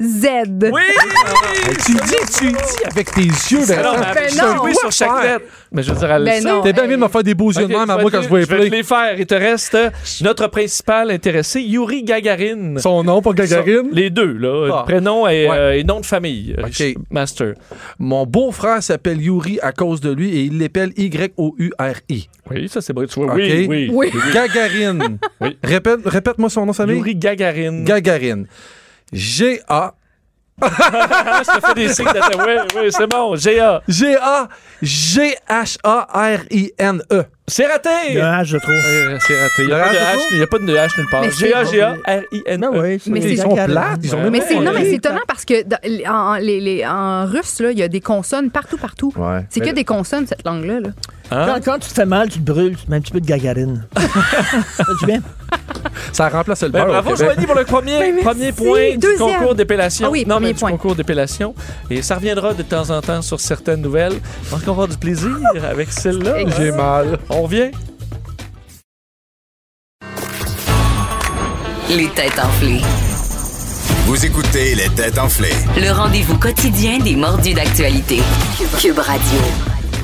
C: Oui!
D: Tu dis, tu dis avec tes yeux,
C: Ben non,
D: Vincent.
C: mais
E: Ben
C: je suis
E: non.
C: oui sur chaque
D: Ouais.
C: lettre. Mais je veux dire, elle le
E: Ben
C: sait.
E: non.
D: T'es bien mieux de me faire des beaux yeux
C: Ok,
D: de même à
C: vais
D: moi
C: te-
D: quand je vois
C: vais te
D: play.
C: les faire. Il te reste euh, notre principal intéressé, Yuri Gagarin.
D: Son nom pour Gagarine.
C: Les deux, là.
D: Ah.
C: Prénom et,
D: Ouais.
C: euh, et nom de famille. Rich- Master.
D: Mon beau-frère s'appelle Yuri à cause de lui et il l'appelle Y-O-U-R-I.
C: Oui, ça c'est bon. Tu vois,
D: Ok.
C: oui, oui.
E: Oui.
D: Gagarine.
C: Oui.
D: Répète- Répète-moi son nom de famille.
C: Yuri Gagarin.
D: Gagarine. G-A.
C: Ah, je te fais des signes de ta- Oui, oui, c'est bon. G.A.
D: G-A. G-H-A-R-I-N-E.
C: C'est raté!
F: Le H, je trouve.
C: Euh, C'est raté. Il n'y a,
D: Le
C: pas de
D: H,
C: H, il y a pas de H nulle part.
E: Mais c'est-
C: G-A-G-A-R-I-N.
F: Ben oui,
E: Mais c'est-
F: c'est
D: Ah Ils sont plates. Ils sont
C: Ouais.
D: même
E: Mais
D: pas
E: c'est non, mais
D: enlevés.
E: c'est étonnant parce que dans- en, en- les, les- en russe, là, il y a des consonnes partout, partout.
D: Ouais. Ben,
E: C'est que des consonnes, cette langue-là. là.
F: Quand, quand tu te fais mal, tu te brûles, tu te mets un petit peu de gagarine. Ça fait du bien.
D: Ça remplace le
C: Ben,
D: beurre au
C: bravo,
D: Québec.
C: Joanie, pour le premier,
E: Ben, merci.
C: premier point du
E: Deuxième.
C: concours d'épellation.
E: Ah oui,
C: non,
E: premier
C: mais du
E: point.
C: concours d'épellation. Et ça reviendra de temps en temps sur certaines nouvelles. Je pense qu'on va avoir du plaisir avec celle-là.
E: Exact.
D: J'ai mal.
C: On revient.
A: Les têtes enflées.
J: Vous écoutez les têtes enflées.
A: Le rendez-vous quotidien des mordus d'actualité. Cube Radio.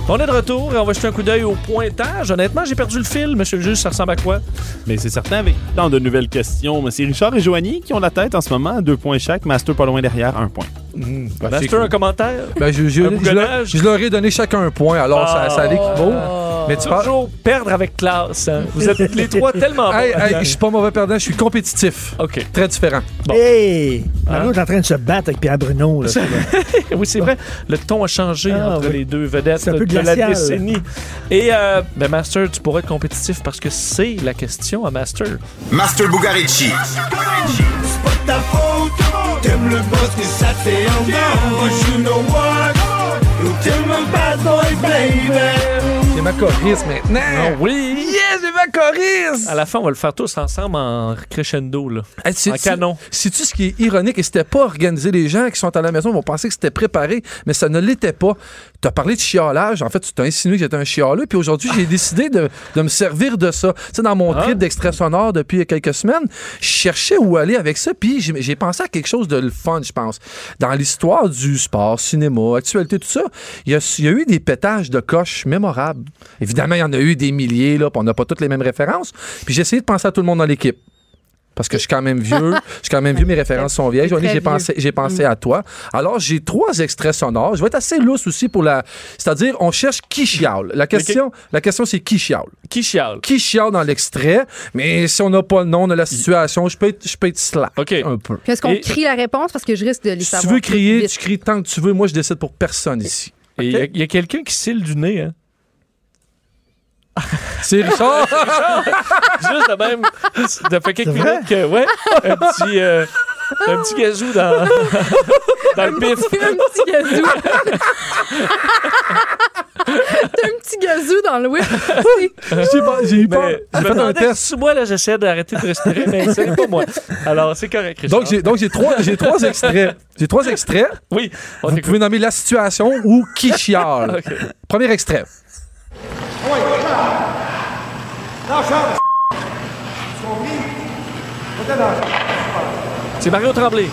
C: On est de retour et on va jeter un coup d'œil au pointage. Honnêtement, j'ai perdu le fil, monsieur le juge. Ça ressemble à quoi?
I: Mais c'est certain, avec tant de nouvelles questions, mais c'est Richard et Joanie qui ont la tête en ce moment, deux points chaque, Master pas loin derrière, un point.
D: Ben, c'est
C: Master, un commentaire?
D: Ben, je, je-
C: Un
D: je
C: bougonnage.
D: leur, je leur ai donné chacun un point, alors ça, ça
C: Ah.
D: l'équivaut. Mais tu parles.
C: Toujours perdre avec classe. hein. Vous êtes les trois tellement bons.
D: Hey, hey,
C: là-dedans.
D: je suis pas mauvais perdant, je suis compétitif.
C: OK.
D: Très différent.
C: Bon. Hein?
F: Hey! Mario est en train de se battre avec Pierre Bruno. là.
C: Eh Oui, c'est vrai. Le ton a changé
F: Ah,
C: entre
F: oui.
C: les deux vedettes
F: C'est un peu
C: de la
F: glacial.
C: décennie. Et, euh, ben, Master, tu pourrais être compétitif parce que c'est la question à Master.
J: Master Bugarici.
B: Ta faute, t'aimes le boss que ça te fait en dents. You know what? You tell my bad boy, baby.
D: C'est ma choriste maintenant.
C: Ah oui!
D: Yes, j'ai ma choriste!
C: À la fin, on va le faire tous ensemble en crescendo, là.
D: Hey, sais-
C: En canon.
D: Sais-tu ce qui est ironique? Et c'était pas organisé. Les gens qui sont à la maison vont penser que c'était préparé, mais ça ne l'était pas. Tu as parlé de chiolage. En fait, tu t'as insinué que j'étais un chialeux. Puis aujourd'hui, j'ai décidé de, de me servir de ça. Tu sais, dans mon
C: Ah.
D: trip d'extrait sonore depuis quelques semaines, je cherchais où aller avec ça. Puis j'ai j'ai pensé à quelque chose de le fun, je pense. Dans l'histoire du sport, cinéma, actualité, tout ça, il y a, il y a eu des pétages de coches mémorables. Évidemment, il y en a eu des milliers, là, puis on n'a pas toutes les mêmes références. Puis j'ai essayé de penser à tout le monde dans l'équipe parce que je suis quand même vieux. Je suis quand même vieux, mes références sont vieilles.
E: T'es
D: Joanie,
E: très Mm.
D: j'ai pensé, j'ai pensé à toi. Alors, j'ai trois extraits sonores. Je vais être assez lousse aussi pour la. C'est-à-dire, on cherche qui chiale. La question, la question c'est qui chiale.
C: Qui chiale?
D: Qui chiale dans l'extrait, mais si on n'a pas le nom de la situation, je peux être, je peux être slack
C: OK.
D: un peu.
E: Puis est-ce qu'on
C: Et-
E: crie la réponse parce que je risque de les
D: Si
E: savoir.
D: tu veux
E: plus
D: crier,
E: vite.
D: tu cries tant que tu veux. Moi, je décide pour personne ici.
C: Et il y a- il y a, quelqu'un qui cille du nez, hein.
D: C'est Richard!
C: Juste de même, ça fait quelques
F: C'est vrai?
C: minutes que, ouais, un petit, euh, un petit gazou dans, dans le pif.
E: T'as un petit gazou. T'as un petit gazou dans le whip.
D: J'ai pas- j'ai eu peur.
C: Mais je
D: J'ai
C: me
D: fait un
C: demandais
D: test.
C: si moi, là, j'essaie d'arrêter de respirer, mais c'est pas moi. Alors, c'est correct, Richard.
D: Donc, j'ai, donc, j'ai trois, j'ai trois extraits. J'ai trois extraits.
C: Oui, on
D: Vous
C: t'écoute.
D: pouvez nommer la situation ou qui chiale.
C: OK.
D: Premier extrait.
C: C'est Mario Tremblay.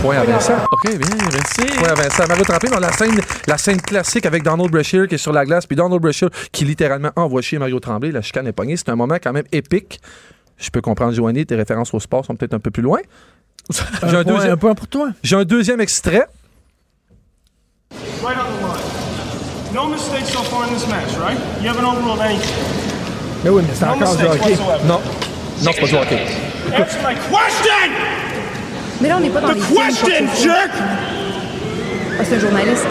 D: Point à Vincent.
C: OK, bien, merci.
D: Point à Vincent. Mario Tremblay dans la scène, la scène classique avec Donald Brashear qui est sur la glace, puis Donald Brashear qui littéralement envoie chez Mario Tremblay. La chicane est pognée. C'est un moment quand même épique. Je peux comprendre, Joanie, tes références au sport sont peut-être un peu plus loin. J'ai un,
F: Un point-
D: deuxième,
F: un point pour toi.
D: j'ai un deuxième extrait.
B: Right on the line. No mistakes so far in this match, right? You haven't overruled anything.
F: Mais Ben oui, mais c'est encore du hockey.
D: Non. Non, c'est pas du hockey.
B: Answer my question!
E: Mais là, on n'est pas dans les films,
B: Question,
E: quoi que ce soit.
B: jerk!
E: Ah, c'est un journaliste.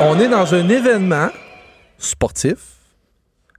D: On est dans un événement sportif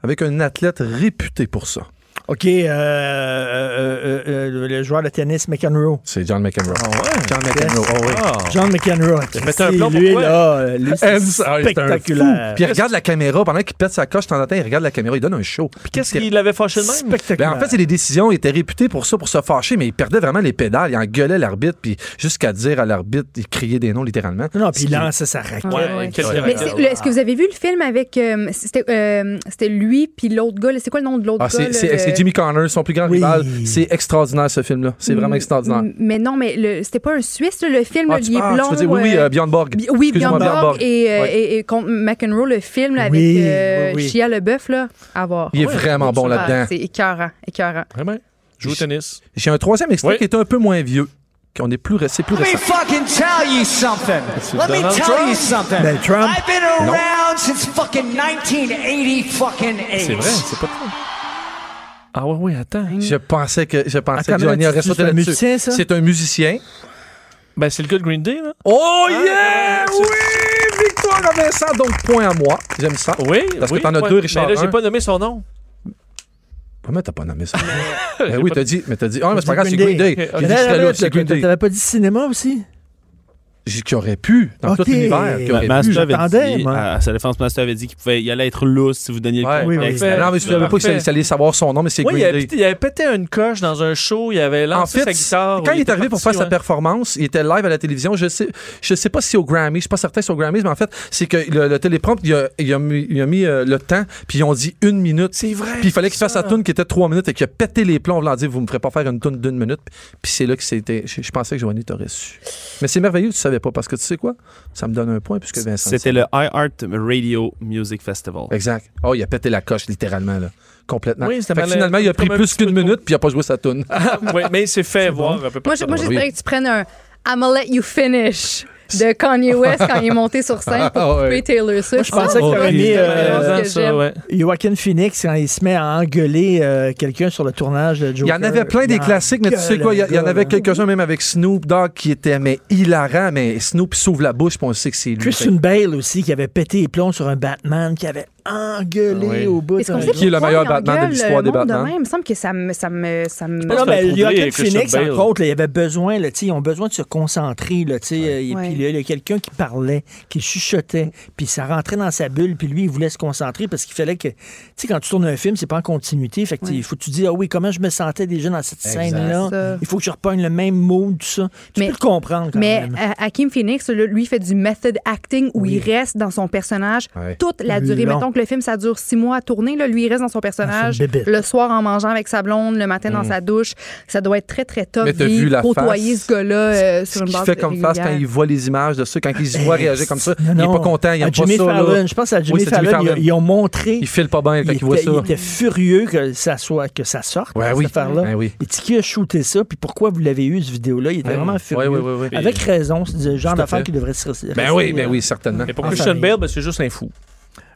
D: avec un athlète réputé pour ça.
F: OK, euh, euh, euh, euh, le joueur de tennis McEnroe.
D: C'est John McEnroe. Mmh. John
F: Yes.
D: McEnroe, oh oui.
F: John McEnroe.
C: fait un
F: C'est
C: plomb,
F: lui,
C: pourquoi?
F: là, euh, lui, c'est
D: Hans- ah, c'est un
F: spectaculaire.
D: fou. Puis il regarde la caméra, pendant qu'il pète sa coche, de temps en temps, il regarde la caméra, il donne un show.
C: Qu'est-ce qu'il avait fâché de même?
F: Spectaculaire.
D: Ben, en fait, c'est des décisions. Il était réputé pour ça, pour se fâcher, mais il perdait vraiment les pédales. Il engueulait l'arbitre, puis jusqu'à dire à l'arbitre, il criait des noms littéralement.
F: Non, non, puis
D: Ce
F: il
D: qui-
F: lance sa raquette.
C: Ouais,
E: ouais.
C: quel
E: Mais
C: directeur.
E: c'est- le- est-ce que vous avez vu le film avec. euh, C'était euh, c'était lui puis l'autre gars. là, C'est quoi le nom de l'autre
D: Ah,
E: gars?
D: c'est,
E: là,
D: c'est-
E: le-
D: c'est Jimmy Connors, son plus grand
F: Oui.
D: rival. C'est extraordinaire, ce film-là. C'est
E: Mm,
D: vraiment extraordinaire.
E: M- Mais non, mais le- c'était pas un Suisse, là, le film,
D: Ah,
E: là,
D: tu,
E: il est
D: ah, tu
E: blond.
D: veux dire, oui, oui,
E: euh,
D: euh, Bjorn Borg.
E: Bi- Oui, Bjorn
D: Excuse-moi, Bjorn
E: Borg
D: Borg.
E: et, euh,
D: Ouais.
E: et- et contre McEnroe, le film là, avec
F: Oui,
E: euh,
F: oui, oui.
E: Shia LaBeouf, là, à voir.
D: Il est vraiment bon
E: Ah,
D: là-dedans.
E: C'est écœurant, écœurant.
C: Vraiment? Joue au tennis.
D: J'ai un troisième extrait
C: Oui.
D: qui est un peu moins vieux. Qu'on est plus récent. Plus récent.
B: fucking tell you something. Let me
C: Donald
B: tell
C: Trump.
B: you something.
F: Ben, Trump.
B: I've been around since fucking 1980 fucking eight.
C: C'est vrai, c'est pas trop. Ah oui, oui, attends.
D: Je pensais que, je pensais
F: Attends,
D: que Johnny
F: mais
D: aurait
F: Ah, c'est
D: sauté
F: un
D: là-dessus.
F: musicien, ça?
D: C'est un musicien.
C: Ben, c'est le gars de Green Day, là.
F: Ah,
D: Oh yeah!
C: Comment
D: Oui! Victoire à Vincent, donc point à moi. J'aime ça.
C: Oui,
D: Parce que
C: oui,
D: t'en as
C: ouais.
D: deux, Richard,
C: Mais là, j'ai
D: un.
C: pas nommé son nom.
D: Comment t'as pas nommé ça?
C: euh,
D: ben oui, t'as dit, mais t'as dit, ah, mais c'est pas grave, c'est
F: Green
D: Green Day.
F: Day.
C: Ok,
D: J'ai
C: ok.
D: dit que c'était là, c'est Green Day.
F: T'avais pas dit cinéma aussi?
D: J'ai dit qu'il aurait pu, dans
F: Ok.
D: tout l'univers. qu'il
F: Ma-
D: aurait
F: ma-
D: pu.
I: Master
F: j'attendais,
I: avait dit,
F: moi.
D: hein.
I: à sa défense, Master avait dit qu'il pouvait y aller être lousse si vous donniez le
D: Ouais,
I: contexte.
F: oui, oui.
C: Parfait.
D: Non, mais je savais pas que ça- ça allait savoir son nom, mais c'est
C: Oui, il
D: Green
C: avait,
D: Day.
C: il avait pété une coche dans un show, il avait
D: En
C: lancé sa
D: fait,
C: guitare.
D: quand
C: oui,
D: il est arrivé pour faire
C: parti,
D: sa
C: ouais.
D: performance, il était live à la télévision. Je sais, je sais pas si au Grammy, je suis pas certain si au Grammy, mais en fait, c'est que le, le téléprompte, il a, il a mis, il a mis, euh, le temps, puis ils ont dit une minute.
C: C'est vrai,
D: Puis il fallait qu'il fasse
C: ça.
D: sa tune qui était trois minutes et qu'il a pété les plombs. On l'a dit, vous me ferez pas faire une tune d'une minute. Puis c'est là que c'était. Je, je pensais que Joanie t'aurait su. Mais c'est merveilleux, tu savais pas parce que tu sais quoi, ça me donne un point puisque Vincent.
I: C'était le iHeart Radio Music Festival.
D: Exact. Oh, il a pété la coche littéralement là, complètement.
C: Oui, c'était
D: Fait que
C: mal-
D: finalement, il a
C: comme
D: pris
C: un
D: plus
C: petit
D: qu'une
C: peu de-
D: minute puis il a pas joué sa tune.
C: Oui, mais il s'est fait voir un peu
E: Moi,
C: partout.
E: je, moi, je
D: Ah, oui.
E: dirais que tu prennes un I'mma let you finish de Kanye West quand il est monté sur scène pour
D: Ah, ouais. Oh,
E: couper Taylor Swift.
F: je pensais que
E: Ah,
F: t'aurais
E: ouais,
F: mis,
E: c'est
F: euh,
E: vraiment ce
C: Faisant
E: que j'aime.
C: ça, ouais.
F: Joaquin Phoenix, quand il se met à engueuler euh, quelqu'un sur le tournage de Joker.
D: Il y en avait plein des
F: il
D: classiques, mais tu sais
F: engueule
D: quoi, il y,
F: le
D: a- il y en
F: gars,
D: avait
F: là.
D: quelques-uns même avec Snoop Dogg qui était mais hilarant, mais Snoop s'ouvre la bouche, puis on sait que c'est lui.
F: Christian Bale aussi, qui avait pété les plombs sur un Batman, qui avait
D: Ah
F: engueulé
C: Oui.
F: au bout.
E: Est-ce qu'on
F: d'un
E: sait
D: Qui est le
E: pourquoi
D: meilleur
E: il
D: Batman de
E: engueule
D: l'histoire
E: le
D: des
E: monde euh, de
D: Batman?
E: même? Il me semble que ça me. Ça me, ça me...
F: Non,
C: pense que
F: mais
C: c'est un
F: il y a
C: troublé,
F: Joaquin
C: Christian
F: Phoenix,
C: Bale.
F: entre autres, là, il avait besoin, là, tu sais, ils ont besoin de se concentrer, là, tu sais, euh, et
E: Ouais.
F: puis là, il y a quelqu'un qui parlait, qui chuchotait, puis ça rentrait dans sa bulle, puis lui, il voulait se concentrer parce qu'il fallait que, tu sais, quand tu tournes un film, c'est pas en continuité, fait que tu- il faut que tu dis, ah oui, comment je me sentais déjà dans cette scène-là,
E: Ça.
F: il faut que je repogne le même mood, tout ça. Tu
E: Mais-
F: peux le comprendre, quand
E: Mais
F: même.
E: euh, Hakim Phoenix, là, lui, fait du method acting où il reste dans son personnage
D: Ouais.
E: toute la durée.
F: Long.
E: Mettons que le film, ça dure six mois à tourner. Là, lui, il reste dans son personnage
F: Ah, c'est une bébête. Mm.
E: le soir en mangeant avec sa blonde, le matin dans sa douche. Ça doit être très, très top.
D: Mais t'as
E: vivre,
D: vu la
E: côtoyer
D: face?
E: ce gars-là euh, sur
D: Ce
E: une
D: qu'il
E: base
D: fait comme face quand
E: régulière.
D: il voit les images de ça, quand il se voit réagir comme ça,
F: Non,
D: il est
F: non.
D: pas content, il
F: À
D: aime pas
F: Jimmy
D: ça. là.
F: Fallon, je pense à Jimmy,
D: Oui, c'est Jimmy
F: Fallon, ils-
D: Fallon.
F: Ils, ont montré.
D: Il file pas bien quand
F: il,
D: il, voit
F: était,
D: ça.
F: il était furieux que ça soit que ça sorte
D: Ouais,
F: cette
D: oui.
F: affaire-là.
D: Ouais, oui.
F: Et Tiki a shooté ça, puis pourquoi vous l'avez eu cette vidéo-là Il était vraiment furieux.
D: Ouais, ouais, ouais, ouais.
F: Avec raison, c'est le genre
D: Tout à
F: d'affaire
D: fait.
F: qui devrait se rester-
D: Ben
F: rester,
D: oui, ben
F: euh,
D: oui, certainement.
C: Mais pour
F: En
C: Christian
F: famille.
C: Bale, ben, c'est juste un fou.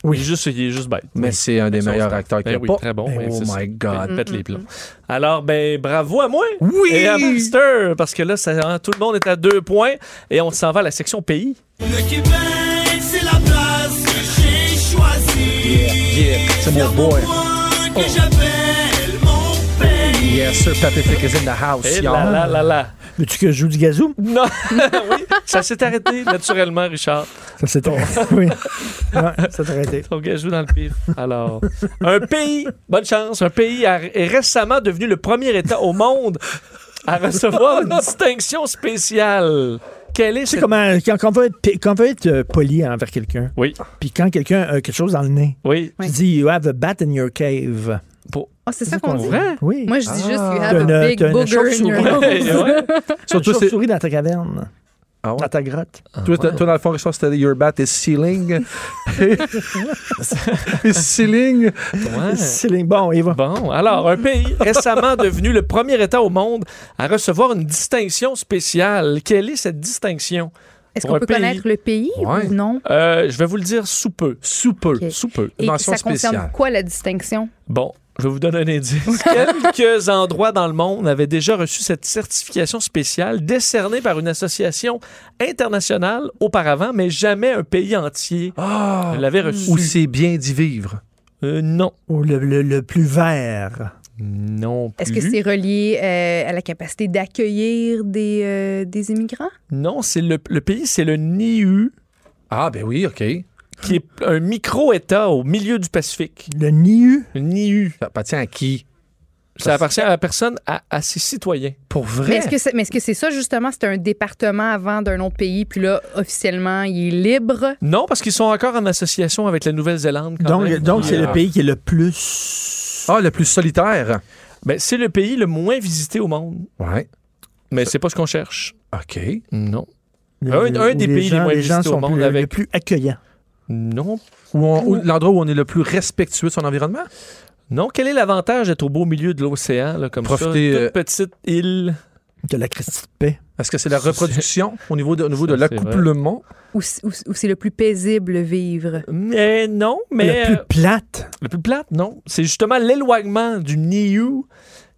F: Oui.
C: Il est juste, il est juste bête.
D: Mais c'est un des
C: Ça,
D: meilleurs
C: c'est-
D: acteurs qu'il y
C: Ben
D: a
C: oui,
D: pas.
C: très bon.
D: Ben,
C: ouais,
D: Oh
C: c'est ça.
D: my
C: Il
D: God.
C: pète les plombs. Alors, ben, bravo à moi.
D: Oui!
C: Et à Monster, parce que là, ça- hein, tout le monde est à deux points et on s'en va à la section pays.
B: Le Québec, c'est la place que j'ai choisie.
D: Yeah, c'est mon boy.
B: Que j'appelle mon pays.
D: Yes, Sir Pacific is in the house,
C: Et
D: y'all.
C: Eh là, là, là, là.
F: Veux-tu que je joue du gazou
C: Non, oui, ça s'est arrêté naturellement, Richard.
F: Ça, c'est ton. oui. Ouais, ça t'a arrêté.
C: Ton gars joue dans le pif. Alors, un pays, bonne chance, un pays a- est récemment devenu le premier État au monde à recevoir une distinction spéciale. Quelle est
F: Tu sais
C: cette...
F: comment. Quand, quand on veut être, pi- quand on veut être euh, poli envers quelqu'un,
C: Oui,
F: puis quand quelqu'un a quelque chose dans le nez,
C: oui.
E: Oui.
F: tu dis You have a bat in your cave.
E: Ah, c'est ça qu'on dit.
F: Oui.
E: Moi, je dis juste, you
F: Ah. T'as
E: have
F: une-
E: a big
F: t'as une
E: booger in your
F: chauve-souris.
E: mouth.
C: Et ouais.
F: Surtout
D: Surtout, c'est-
F: souris dans ta caverne,
D: Ah ouais?
F: dans ta grotte.
D: Toi, t- toi, dans le fond, Richard, c'était Your Bat is Ceiling. Ceiling.
C: Ouais.
F: C'est les- Bon, il va.
C: Bon, alors, un pays récemment devenu le premier État au monde à recevoir une distinction spéciale. Quelle est cette distinction?
E: Est-ce
C: Pour
E: qu'on
C: un
E: peut
C: pays.
E: connaître le pays
D: Ouais.
E: ou non?
C: Euh, je vais vous le dire sous peu.
D: Sous peu.
E: Ok.
C: Sous peu.
E: Et
D: Mention
E: ça concerne
D: spéciale.
E: quoi la distinction?
C: Bon, je vais vous donner un indice. Quelques endroits dans le monde avaient déjà reçu cette certification spéciale décernée par une association internationale auparavant, mais jamais un pays entier
D: Ah!
C: ne l'avait reçue.
D: Où c'est bien d'y vivre.
C: Euh, non.
F: Ou le, le- le plus vert.
C: Non plus.
E: Est-ce
D: Mhm.
E: que c'est relié euh, à la capacité d'accueillir des, euh, des immigrants?
C: Non, c'est le, le pays, c'est le NIU,
D: Ah, ben oui, OK.
C: qui est un micro-État au milieu du Pacifique.
F: Le NIU.
C: Le NIU.
D: Ça appartient à qui?
C: Ça appartient à la personne, à, à ses citoyens.
D: Pour
E: Mais
D: vrai?
E: est-ce que c'est mais est-ce que c'est ça, justement? C'est un département avant d'un autre pays, puis là, officiellement, il est libre.
C: Non, parce qu'ils sont encore en association avec la Nouvelle-Zélande. quand
F: Donc,
C: même.
F: donc c'est
C: Ah.
F: le pays qui est le plus.
D: Ah, le plus solitaire.
C: Ben, c'est le pays le moins visité au monde.
D: Ouais.
C: Mais c'est pas ce qu'on cherche.
D: OK.
C: Non.
F: le-
C: Un- un
F: où
C: des
F: les
C: pays les
F: gens-
C: moins
F: les gens
C: visités au
F: sont
C: monde
F: plus- euh,
C: avec-
F: le plus accueillant.
C: Non.
D: Où on- où- l'endroit où on est le plus respectueux de son environnement?
C: Non. Quel est l'avantage d'être au beau milieu de l'océan, là, comme
D: Profiter,
C: ça? Toute
D: euh,
C: petite île.
F: De la Christie de paix.
D: Est-ce que c'est la reproduction au niveau de, au niveau de
C: Ça, c'est vrai.
D: l'accouplement?
E: Où, c- où c- où c'est le plus paisible vivre.
C: Mais non, mais...
F: Le plus
C: euh,
F: plate.
C: le plus plate, non. C'est justement l'éloignement du NIU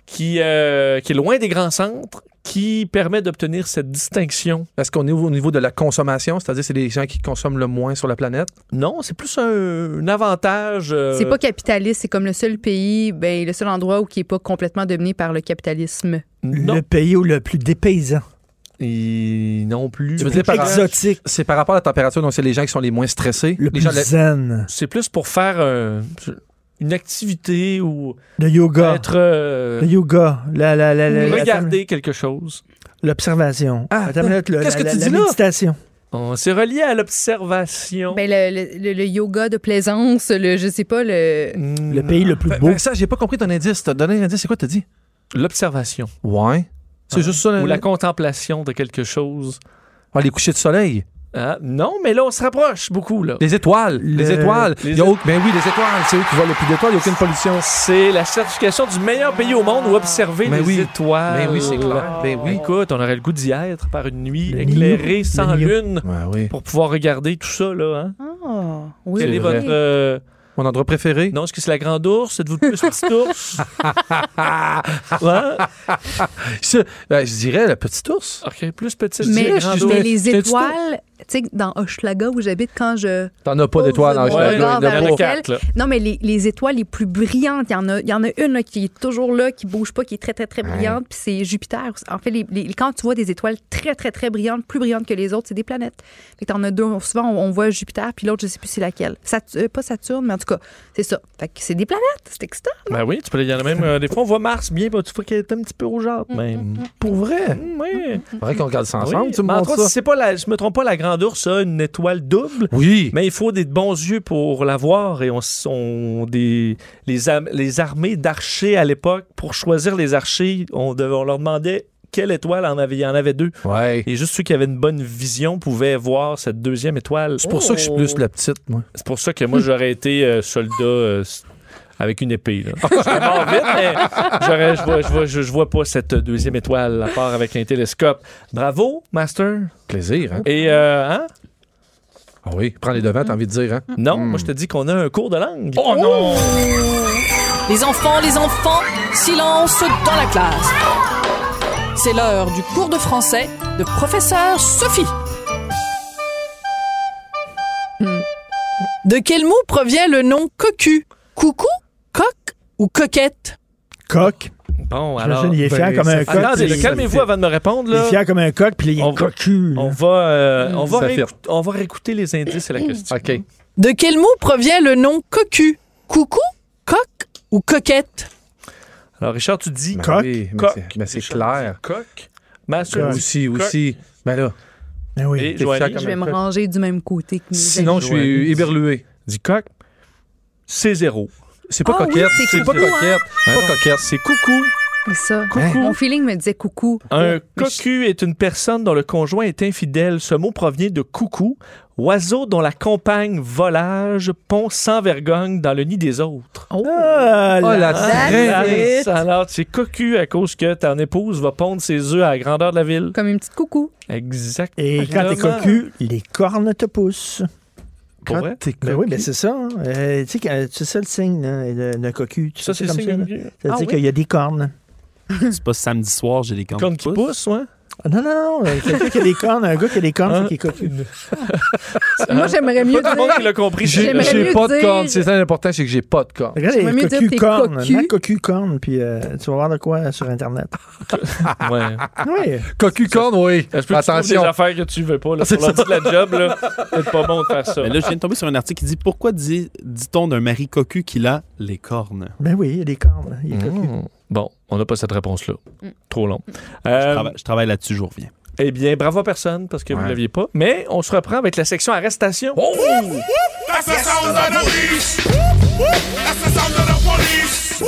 C: qui, euh, qui est loin des grands centres qui permet d'obtenir cette distinction.
D: Est-ce qu'on est au au niveau de la consommation? C'est-à-dire, c'est les gens qui consomment le moins sur la planète?
C: Non, c'est plus un, un avantage... euh,
E: C'est pas capitaliste, c'est comme le seul pays, ben, le seul endroit où qui n'est pas complètement dominé par le capitalisme.
C: Non,
F: Le pays où le plus dépaysant.
C: Et non plus.
D: Tu veux dire par-
F: Exotique.
D: C'est par rapport à la température, donc c'est les gens qui sont les moins stressés.
F: Le
D: les
F: plus
D: gens, la-
F: zen.
C: C'est plus pour faire euh, une activité ou
F: Le yoga.
C: être... euh,
F: Le yoga. La, la, la, la- la-
C: regarder quelque chose.
F: L'observation.
D: Ah,
F: Attends une minute, le-
D: qu'est-ce
F: la-
D: que tu
F: la-
D: dis
F: la
D: là?
F: méditation.
C: On s'est relié à l'observation.
E: Ben, le, le- le- le yoga de plaisance, le, je sais pas, le.
C: Hmm.
F: Le pays le plus
D: Fait-
F: beau.
D: fait Ben, ça, j'ai pas compris ton indice. T'as donné un indice, c'est quoi t'as dit?
C: L'observation.
D: Ouais. C'est juste ça,
C: Ou
D: le-
C: la contemplation de quelque chose.
D: Ah, les couchers de soleil.
C: Ah, non, mais là, on se rapproche beaucoup. là.
D: Les étoiles. Les
F: Le-
D: étoiles.
C: les
D: Il y a au- Ben oui, les étoiles. C'est eux qui voient le plus d'étoiles. Il n'y a aucune pollution.
C: C'est la certification du meilleur pays au monde où observer
D: Mais
C: les
D: oui.
C: étoiles.
D: Mais oui, c'est clair. Ben oui.
C: Écoute, on aurait le goût d'y être par une nuit
F: Le
C: éclairée,
F: Nio.
C: sans
F: Le Nio.
C: lune,
D: Ouais, oui.
C: pour pouvoir regarder tout ça. Là, hein?
E: Ah, oui.
C: Quel est
D: vrai.
C: votre. euh,
D: Mon endroit préféré?
C: Non, est-ce que c'est la grande ours? Êtes-vous plus petit ours? Ouais.
D: C'est- ben, je dirais le petit ours.
C: Ok, plus petit.
E: Mais,
C: c'est la grande
E: mais
C: ours.
E: les
D: c'est-tu
E: étoiles, tu sais, dans Hochelaga où j'habite, quand je.
D: T'en as pas
E: pose
D: d'étoiles
E: mon
D: en
C: Hochelaga,
E: regard
D: général.
C: il y en a
E: vers
C: pas.
E: le ciel,
C: quatre, là.
E: Non, mais les, les étoiles les plus brillantes, il y en a, il y en a une là, qui est toujours là, qui bouge pas, qui est très, très, très brillante, puis c'est Jupiter. En fait, les- les- quand tu vois des étoiles très, très, très brillantes, plus brillantes que les autres, c'est des planètes. Fait que t'en as deux. on- Souvent, on, on voit Jupiter, puis l'autre, je sais plus c'est laquelle. Sat- euh, pas Saturne, mais en tout cas, c'est ça. Fait que c'est des planètes. C'est excitant.
C: Ben oui, tu peux, il y en a même. euh, des fois, on voit Mars bien, ben, tu vois qu'elle est un petit peu rougeâtre, Ben, même.
D: Pour vrai?
C: Mm, ouais.
D: Faudrait qu'on regarde ça
C: Oui.
D: ensemble. Tu me
C: Mais entre
D: montres
C: autres,
D: ça?
C: si c'est pas la, je me trompe pas, la grande ours a une étoile double.
D: Oui.
C: Mais il faut des bons yeux pour la voir et on, s- on- des les, am- les armées d'archers à l'époque pour choisir les archers, on, devait- on leur demandait quelle étoile en avait, il y en avait deux.
D: Ouais.
C: Et juste ceux qui avaient une bonne vision pouvaient voir cette deuxième étoile.
D: C'est pour ça que je suis plus la petite, moi.
C: C'est pour ça que moi j'aurais été euh, soldat euh, s- avec une épée. là. Je serais mort vite, mais j'aurais- je vois, je vois- je- je vois pas cette deuxième étoile à part avec un télescope. Bravo, Master.
D: Plaisir, hein?
C: Et euh, hein?
D: Ah oui, prends les devants, t'as envie de dire, hein?
C: Non, moi je te dis qu'on a un cours de langue.
D: Oh non!
K: Les enfants, les enfants, silence dans la classe. C'est l'heure du cours de français de professeur Sophie. Hmm. De quel mot provient le nom cocu Coucou, coq ou coquette
F: Coq.
C: Bon, alors.
F: J'imagine, il est
D: ben,
F: fier comme
D: ça
F: un
D: fait-
F: coq.
C: Attendez,
F: puis-
C: calmez-vous avant de me répondre.
F: Il est
C: Là.
F: fier comme un coq, puis il
C: On
F: est
C: va-
F: cocu. là.
C: On va, euh,
E: Mm,
C: on, va
D: Ça fait.
C: réécout- on va réécouter les indices et la question.
D: OK. Ben
K: De quel mot provient le nom cocu Coucou, coq ou coquette
C: Alors, Richard, tu dis.
D: Ben
F: Coq.
D: oui, mais
C: Coq.
D: c'est- Mais c'est
C: Richard
D: clair.
C: dit Coq. Master.
F: Coq.
D: Aussi, aussi. Ben là,
F: Ben oui.
C: Et
D: t'es
C: Joanie,
D: fier
E: Je
D: comme
E: vais
D: un
E: me
D: coq.
E: ranger du même côté que mes
D: Sinon, je suis éberlué.
C: Dis coq. C'est zéro.
D: C'est pas
E: Ah oui,
D: coquette.
E: c'est
D: C'est pas
E: coucou,
D: coquette. C'est pas coquette.
C: C'est coucou.
E: amis. C'est ça.
D: Coucou.
E: Mon feeling me disait coucou.
C: Un cocu est une personne dont le conjoint est infidèle. Ce mot provient de coucou, oiseau dont la compagne volage pond sans vergogne dans le nid des autres.
F: Ah,
D: Oh
F: là.
D: la
E: That's
D: traînée!
E: it.
C: Alors, c'est cocu à cause que ton épouse va pondre ses œufs à la grandeur de la ville.
E: Comme une petite coucou.
C: Exact.
F: Et quand t'es
C: Vraiment.
F: cocu, les cornes te poussent.
C: Pour vrai?
D: Quand t'es
F: Ben oui,
D: coquille.
F: mais c'est ça. hein. Euh, tu sais, que- c'est ça le signe là, de- d'un cocu. Tu
C: Ça,
F: sais
C: c'est
F: comme
C: ça.
F: là. Ça veut
E: Ah
F: dire
E: oui?
F: qu'il y a des cornes.
I: C'est pas samedi soir, j'ai des cornes
C: Comme qui pousse, ouais.
F: Ah, Non, non, non. euh, Quelqu'un qui a des cornes, un gars qui a des cornes, c'est qui écoute.
E: Moi, j'aimerais mieux dire.
C: Ah,
D: J'ai
E: J'aimerais
D: j'ai
E: mieux
D: pas de
E: dire-
D: cornes. C'est ça l'important, c'est que j'ai pas de cornes.
F: Regarde
E: J'aimerais mieux
F: les
E: dire
F: cocu
E: t'es
F: cornes.
E: cocu.
F: Mets cocu cornes, puis euh, tu vas voir de quoi sur Internet.
C: Ouais.
F: Oui.
D: Cocu cornes, oui.
C: Est-ce que tu trouves
D: Attention.
C: des affaires que tu veux pas là,
D: C'est
C: sur l'ordi de la job, là, c'est pas bon de faire ça.
I: Mais là, je viens de tomber sur un article qui dit Pourquoi dit- dit-on d'un mari cocu qu'il a les cornes
F: Ben oui, il y a des cornes. Il est cocu.
C: Mmh. Bon, on n'a pas cette réponse-là. Trop long.
I: Je
C: Euh,
I: travaille- Je travaille là-dessus, je vous reviens.
C: eh bien, bravo à personne parce que vous ne l'aviez pas. Mais on se reprend avec la section arrestation.
B: That's the sound of the beast. That's the sound of the police.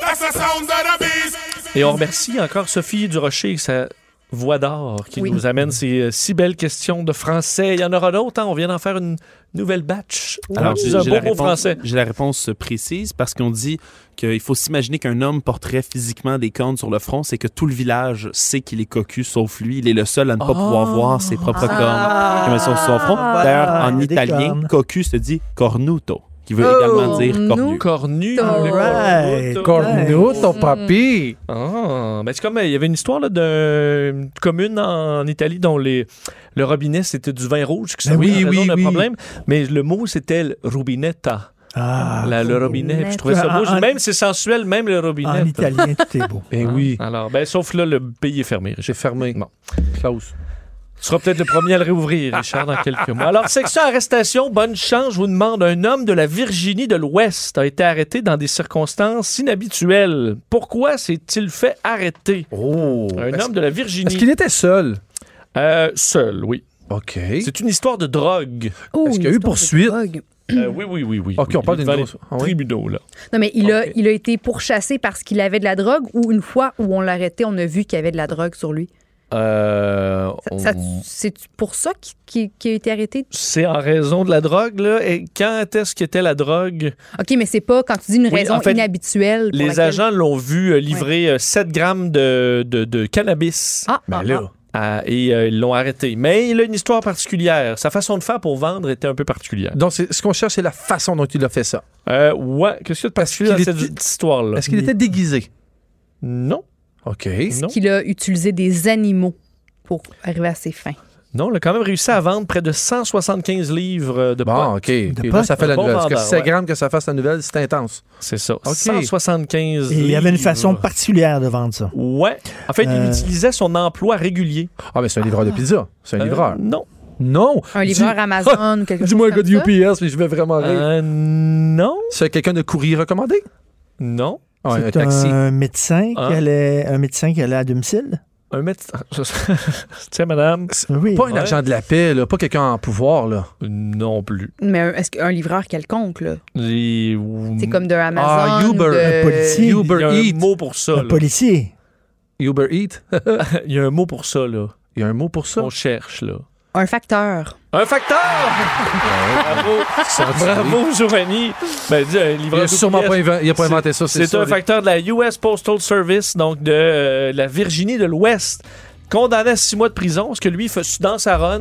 B: That's the sound of the beast.
C: Et on remercie encore Sophie Durocher et sa voix d'or qui
E: Oui.
C: nous amène ces euh, si belles questions de français. Il y en aura d'autres. hein. On vient d'en faire une nouvelle batch. Alors,
I: j'ai
C: c'est un
I: j'ai
C: beau
I: la
C: mot
I: réponse-
C: français.
I: J'ai la réponse précise parce qu'on dit qu'il faut s'imaginer qu'un homme porterait physiquement des cornes sur le front, c'est que tout le village sait qu'il est cocu, sauf lui. Il est le seul à ne pas pouvoir voir ses propres
D: Ah.
E: Ah.
I: cornes qui sont sur son front.
F: voilà.
I: D'ailleurs, en
F: Il y a des
I: italien,
F: cornes.
I: cocu se dit cornuto, qui veut également dire
E: cornu.
I: cornu.
C: Cornu. Cornu.
F: Alright.
D: Corneau, ton papy.
C: Ah, ben c'est comme euh, il y avait une histoire là, d'une commune en Italie dont les, le robinet c'était du vin rouge qui
D: Ben oui,
C: servait en
D: oui,
C: raison d'un
D: oui.
C: problème, mais le mot c'était le rubinetta,
F: Ah,
C: la- le robinet. Puis je trouvais ça beau,
F: En- en-
C: même c'est sensuel, même le
I: Ah.
C: robinet.
F: en italien, tout est beau.
D: Ben oui.
C: Alors, ben sauf là le pays est fermé. J'ai
D: J'ai fermé.
C: Bon.
D: Close.
C: Tu seras peut-être le premier à le réouvrir, Richard, dans quelques mois. Alors, section arrestation, bonne chance, je vous demande. Un homme de la Virginie de l'Ouest a été arrêté dans des circonstances inhabituelles. Pourquoi s'est-il fait arrêter?
D: Oh.
C: Un
D: Est-ce-
C: homme de la Virginie.
D: Est-ce qu'il était seul?
C: Euh, seul, oui.
D: OK.
C: C'est une histoire de drogue.
E: Oh,
D: Est-ce qu'il y a eu
E: une histoire de
D: poursuite?
E: drogue.
C: Euh, oui, oui, oui, oui.
D: Ok,
C: oui.
D: on parle d'une
C: Devant les
D: grosse- Ah oui.
C: tribunaux, là.
E: Non, mais il, a,
C: Ok.
E: il a été pourchassé parce qu'il avait de la drogue ou une fois où on l'arrêtait, on a vu qu'il y avait de la drogue sur lui.
C: Euh,
E: Ça- ça-
C: Oh.
E: C'est pour ça qu'il qu'il- qu'il a été arrêté?
C: C'est en raison de la drogue, là. Et quand est-ce qu'était la drogue?
E: OK, mais c'est pas quand tu dis une
C: Oui,
E: raison
C: en fait,
E: inhabituelle. pour
C: Les
E: laquelle-
C: agents l'ont vu euh, livrer euh, 7 grammes de, de- de cannabis.
E: Ah, ah, ah.
C: Ah, et euh, ils l'ont arrêté. Mais il a une histoire particulière. Sa façon de faire pour vendre était un peu particulière.
D: Donc, c'est- ce qu'on cherche, c'est la façon dont il a fait ça.
C: Euh, ouais, qu'est-ce qu'il y a de particulier dans
D: qu'il
C: cette
D: était-
C: histoire-là?
D: Est-ce qu'il était déguisé?
C: Non,
D: OK.
C: non.
E: qu'il a utilisé des animaux pour arriver à ses fins.
C: Non, il a quand même réussi à vendre près de 175 livres euh, de pot.
D: Bon, OK. Et là,
F: potes.
D: ça fait
C: Un
D: la
C: bon
D: nouvelle. Parce que
C: vendeur,
D: 7
C: ouais.
D: grammes que ça fasse la nouvelle, c'est intense.
C: C'est ça.
D: OK.
C: 175
F: Et il y avait une
C: livres.
F: façon particulière de vendre ça.
C: Ouais. En fait, il
F: Euh.
C: utilisait son emploi régulier.
D: Ah, mais c'est un livreur de pizza. C'est un
C: Euh,
D: livreur.
C: non.
D: Non.
E: Un
D: Dis-
E: livreur Amazon ou quelque chose.
D: Dis-moi un gars
E: comme
D: de
E: ça.
D: UPS, mais je vais vraiment rire.
C: Euh, non.
D: C'est quelqu'un de courrier recommandé?
C: Non.
D: Ah,
F: C'est
D: un taxi.
F: un médecin
I: Ah.
C: Hein?
F: qui allait, un médecin qui allait à domicile.
C: Un médecin. Tiens, madame.
F: Oui.
D: Pas un
C: Ouais.
D: agent de la paix, là. Pas quelqu'un en pouvoir, là.
C: Non plus.
E: Mais un- est-ce qu'un livreur quelconque, là?
C: Les-
E: C'est comme de Amazon.
D: Ah,
E: ou
D: Uber,
E: de-
F: un
C: euh, Il
F: policier.
C: y a Mm. un
D: Uber Eats.
C: mot pour ça.
F: Un
C: là.
F: policier.
D: Uber Eat.
C: Il y a un mot pour ça, là.
D: Il y a un mot pour ça.
C: On cherche, là. Ah,
E: Un facteur.
C: Un facteur! Bravo! Bravo, Giovanni! Ben, dis, un
D: Il
C: livreur
D: a sûrement
C: UPS.
D: pas, inven- il a pas inventé ça.
C: C'est
D: sûr.
C: un facteur de la US Postal Service, donc de euh, la Virginie de l'Ouest, condamné à six mois de prison parce que lui, fa- dans sa run,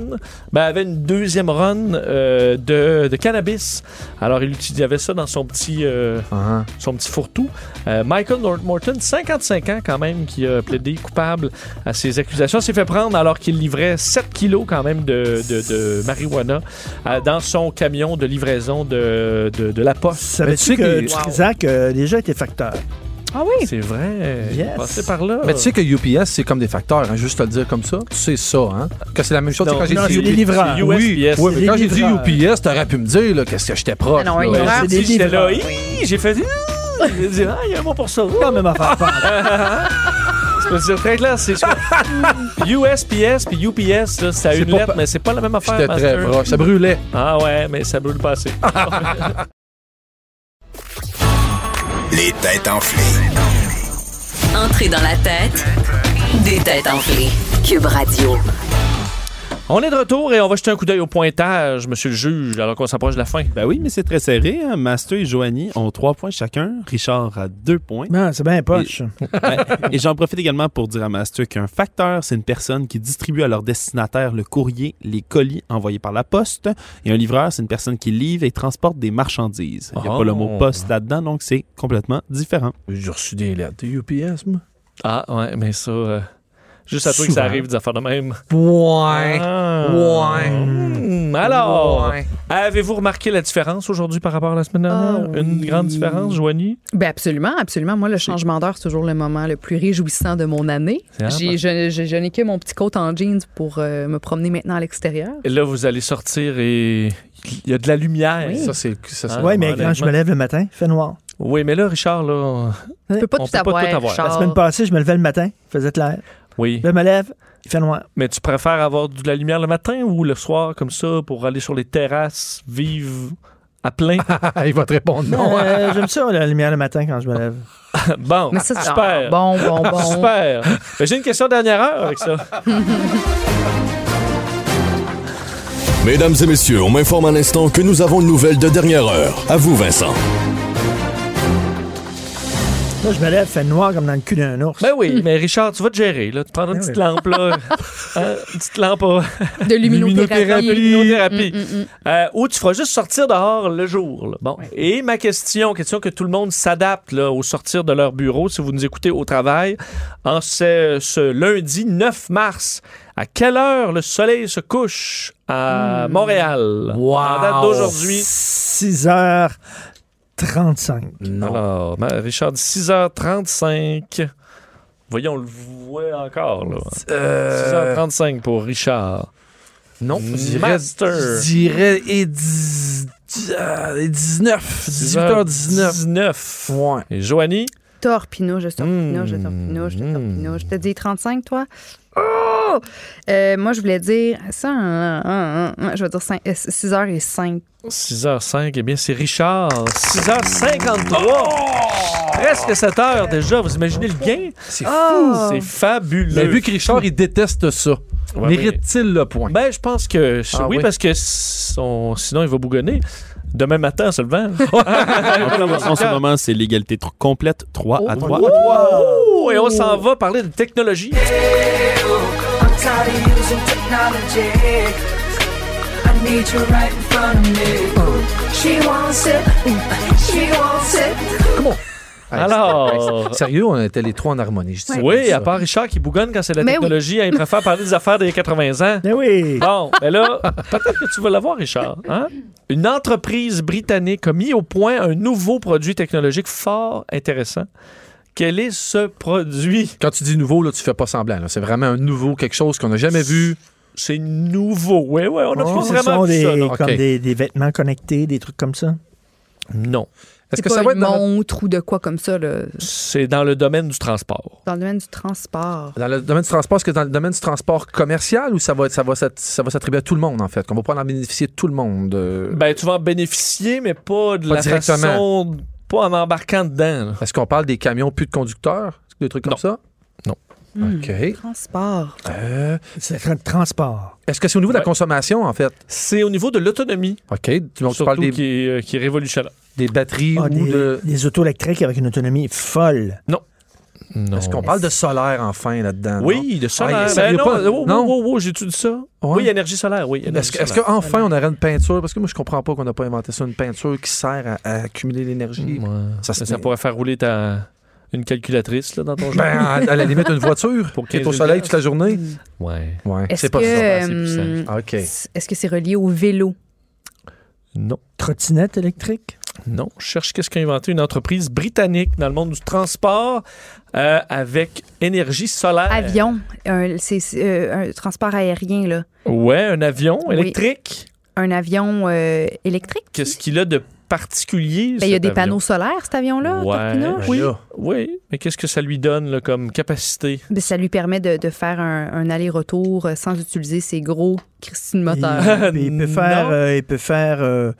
C: ben, avait une deuxième run euh, de, de cannabis. Alors, il utilisait ça dans son petit, euh,
D: Ah,
C: son petit fourre-tout. Euh, Michael Northmorton, 55 ans quand même, qui a plaidé coupable à ces accusations, s'est fait prendre alors qu'il livrait 7 kilos quand même de, de- de marijuana euh, dans son camion de livraison de, de, de la poste.
D: Mais
F: Savais-tu
D: tu sais
F: que euh,
D: que-
F: tu disais que les gens étaient facteurs?
E: Ah oui?
C: C'est vrai. il est
F: Yes.
C: passé par là.
D: Mais tu sais que UPS, c'est comme des facteurs, hein, juste te le dire comme ça. Tu sais ça, hein? Que c'est la même chose
C: Non,
D: c'est quand j'ai
F: non,
D: dit.
F: c'est des livreurs.
C: C'est
D: Oui,
C: USPS.
D: oui, mais
F: C'est
D: quand
F: des
D: j'ai dit
F: livreurs.
D: UPS, t'aurais pu me dire là, qu'est-ce que j'étais proche.
E: Ah non, un
D: là.
E: livreur.
C: Ah,
F: C'est
C: si
F: des
C: j'étais là,
F: livreurs.
C: hi, j'ai fait. hi, j'ai dit, ah, il y a un mot pour ça.
F: Quand oh, même à faire peur.
C: Je peux dire très clair, c'est soit USPS puis UPS, là, c'est à
D: C'est
C: une
D: pas
C: lettre,
D: pa-
C: mais c'est pas la même affaire.
D: J'étais très
C: master.
D: proche. Ça brûlait.
C: Ah ouais, mais ça brûle pas assez.
J: Les têtes enflées.
A: Entrée dans la tête des têtes enflées. Cube Radio.
C: on est de retour et on va jeter un coup d'œil au pointage, monsieur le juge, alors qu'on s'approche de la fin.
I: Ben oui, mais c'est très serré. hein. Master et Joanie ont trois points chacun. Richard a deux points.
F: Non, c'est bien poche.
I: Ben, et j'en profite également pour dire à Master qu'un facteur, c'est une personne qui distribue à leur destinataire le courrier, les colis envoyés par la poste. Et un livreur, c'est une personne qui livre et transporte des marchandises. Il n'y a
C: Oh.
I: pas le
D: Ah.
I: mot poste là-dedans, donc c'est complètement différent.
D: J'ai reçu des lettres de UPS, moi.
C: Ah ouais, mais ça, euh, Juste à toi que ça
F: Souvent.
C: arrive des affaires de même.
F: Ouais.
C: Ah. Hmm, Alors, avez-vous remarqué la différence aujourd'hui par rapport à la semaine dernière?
E: Ah
C: Une grande différence, Joanie?
E: Ben absolument, absolument. Moi, le changement d'heure, c'est toujours le moment le plus réjouissant de mon année.
C: C'est vrai,
E: J'ai- Je, je- je n'ai que mon petit coat en jeans pour euh, me promener maintenant à l'extérieur.
C: Et là, vous allez sortir et il y a de la lumière.
E: Oui. Ça,
C: c'est...
F: oui, mais quand je me lève le matin, il fait noir.
C: Oui, mais là, Richard, là... on-
E: Tu peux pas
C: on
E: tout avoir.
F: La
E: Richard.
F: semaine passée, je me levais le matin, il faisait clair.
C: Oui.
F: Là, je me lève, il fait noir.
C: Mais tu préfères avoir de la lumière le matin ou le soir, comme ça, pour aller sur les terrasses, vivre à plein?
D: Il va te répondre non.
F: Euh, J'aime ça, la lumière le matin quand je me lève.
C: bon,
E: Mais ça, c'est-
C: super.
E: ah, bon, bon, bon.
C: Super. Mais J'ai une question dernière heure avec ça.
L: Mesdames et messieurs, on m'informe à l'instant que nous avons une nouvelle de dernière heure. À vous, Vincent.
F: Là, je me lève, il fait noir comme dans le cul d'un ours.
C: Ben oui, mais Richard, tu vas te gérer. Là. Tu prendras une
F: Ben
C: petite
F: oui.
C: lampe, là. Hein, une petite lampe à-
E: De luminothérapie.
C: luminothérapie. luminothérapie.
E: Mm, mm, mm.
C: Euh, ou tu feras juste sortir dehors le jour. là. Bon. Et ma question, question que tout le monde s'adapte là, au sortir de leur bureau, si vous nous écoutez au travail, en ce, ce lundi 9 mars, à quelle heure le soleil se couche à Montréal? En date d'aujourd'hui.
F: 6h35.
C: Alors, ma- Richard, 6h35. Voyons, on le voit encore. Là.
D: Euh,
C: 6h35 pour Richard.
D: Non, je dirais-
C: Master.
D: Mm. Je dirais et dix- euh, et 19. 18h19.
C: 19.
D: Ouais.
C: Et Joanie?
E: Torpinouche, je torpinouche, je torpinouche, je torpinouche. Je te dis 35, toi? Oh! Euh, moi, je voulais dire ça, hein, hein, hein, hein, je vais dire 6 h et 5.
C: 6h05, eh bien, c'est Richard. 6h53.
D: Oh!
C: Presque 7 heures déjà. Vous imaginez le gain?
D: C'est
E: Ah!
C: C'est fabuleux.
D: Oh! Mais vu que Richard, il déteste ça,
C: Ouais,
D: mérite-t-il le point?
C: Ben, je pense que
D: Ah
C: oui,
D: oui.
C: parce que son- sinon, il va bougonner. Demain matin, se levant.
I: En ce moment, c'est l'égalité tr- complète 3 à 3.
C: Oh, et on s'en va parler de technologie.
M: I'm tired of using technology. I need you right in front of me. She wants it. She wants it.
C: Alors.
D: Sérieux, on était les trois en harmonie. je dis ça comme
C: Oui,
D: ça.
C: à part Richard qui bougonne quand c'est la
E: Mais oui.
C: technologie, hein, il préfère parler des affaires des 80 ans.
F: Ben oui.
C: Bon, mais là, peut-être que tu vas l'avoir, Richard. hein? Une entreprise britannique a mis au point un nouveau produit technologique fort intéressant. Quel est ce produit?
D: Quand tu dis nouveau, là, tu fais pas semblant. là. C'est vraiment un nouveau, quelque chose qu'on n'a jamais vu.
C: C'est nouveau. Oui, oui, on a
F: Oh,
C: pas
F: ce
C: vraiment
F: sont
C: vu
F: des,
C: ça. non?
F: comme
D: Ok.
F: des, des vêtements connectés, des trucs comme ça.
C: Non.
E: C'est
D: Est-ce que
E: pas
D: ça va
E: une
D: être dans,
E: montre ou de quoi comme ça, là,
C: C'est dans le domaine du transport.
E: dans le domaine du transport.
D: dans le domaine du transport? Est-ce que dans le domaine du transport commercial ou ça va, être- ça va, s'att- ça va s'attribuer à tout le monde, en fait? Qu'on va pouvoir en bénéficier de tout le monde? euh?
C: Ben, tu vas en bénéficier, mais pas de
D: Pas
C: la
D: directement.
C: façon... Pas en embarquant dedans. là.
D: Est-ce qu'on parle des camions plus de conducteurs? Des trucs comme
C: Non.
D: ça?
C: Non.
D: OK.
F: Hmm.
E: Transport.
D: Euh,
F: C'est tra- transport.
D: Est-ce que c'est au niveau de
C: Ouais.
D: la consommation, en fait?
C: C'est au niveau de l'autonomie,
D: OK. Donc, tu
C: surtout,
D: parles des,
C: qui, est, euh, qui est révolutionnaire.
D: des batteries
F: Ah,
D: ou
F: des,
D: de.
F: des autos électriques avec une autonomie folle.
D: Est-ce qu'on parle de solaire, enfin, là-dedans? non?
C: Oui, de solaire.
D: Ah, il-
C: Ben
D: il y a
C: non,
D: pas-
C: oh,
D: non.
C: oh, oh, oh, j'ai-tu dit ça? Oui, énergie solaire, oui. énergie
D: Est-ce que- est-ce
C: solaire.
D: qu'enfin on aurait une peinture? Parce que moi, je comprends pas qu'on n'a pas inventé ça, une peinture qui sert à, à accumuler l'énergie.
C: Ouais.
D: ah, Ça,
C: Ça,
D: c'est-
C: ça pourrait faire rouler ta... une calculatrice là, dans ton jeu.
D: Ben, à, à la limite, une voiture
C: Pour
D: qui est
C: 15
D: au
C: 000
D: soleil toute la journée.
C: Ouais.
D: Ouais.
E: Est-ce
D: C'est
E: que,
D: pas ça.
E: euh,
D: Ah, OK.
E: est-ce que c'est relié au vélo?
C: Non,
F: Trottinette électrique.
C: non. Je cherche qu'est-ce qu'a inventé une entreprise britannique dans le monde du transport euh, avec énergie solaire.
E: Avion. Un, c'est c'est, euh, un transport aérien, là.
C: Ouais, un avion
E: Oui.
C: électrique.
E: Un avion euh, électrique?
C: Qu'est-ce qu'il a de particulier?
E: Ben, il y a
C: cet
E: des
C: avion?
E: panneaux solaires, cet avion-là,
C: Ouais.
E: Torpinouche.
C: Oui.
D: Là.
C: Oui, mais qu'est-ce que ça lui donne là, comme capacité?
E: Ben, ça lui permet de, de faire un, un aller-retour euh, sans utiliser ses gros Christine de moteur.
F: Il, il peut faire, euh, il peut faire euh,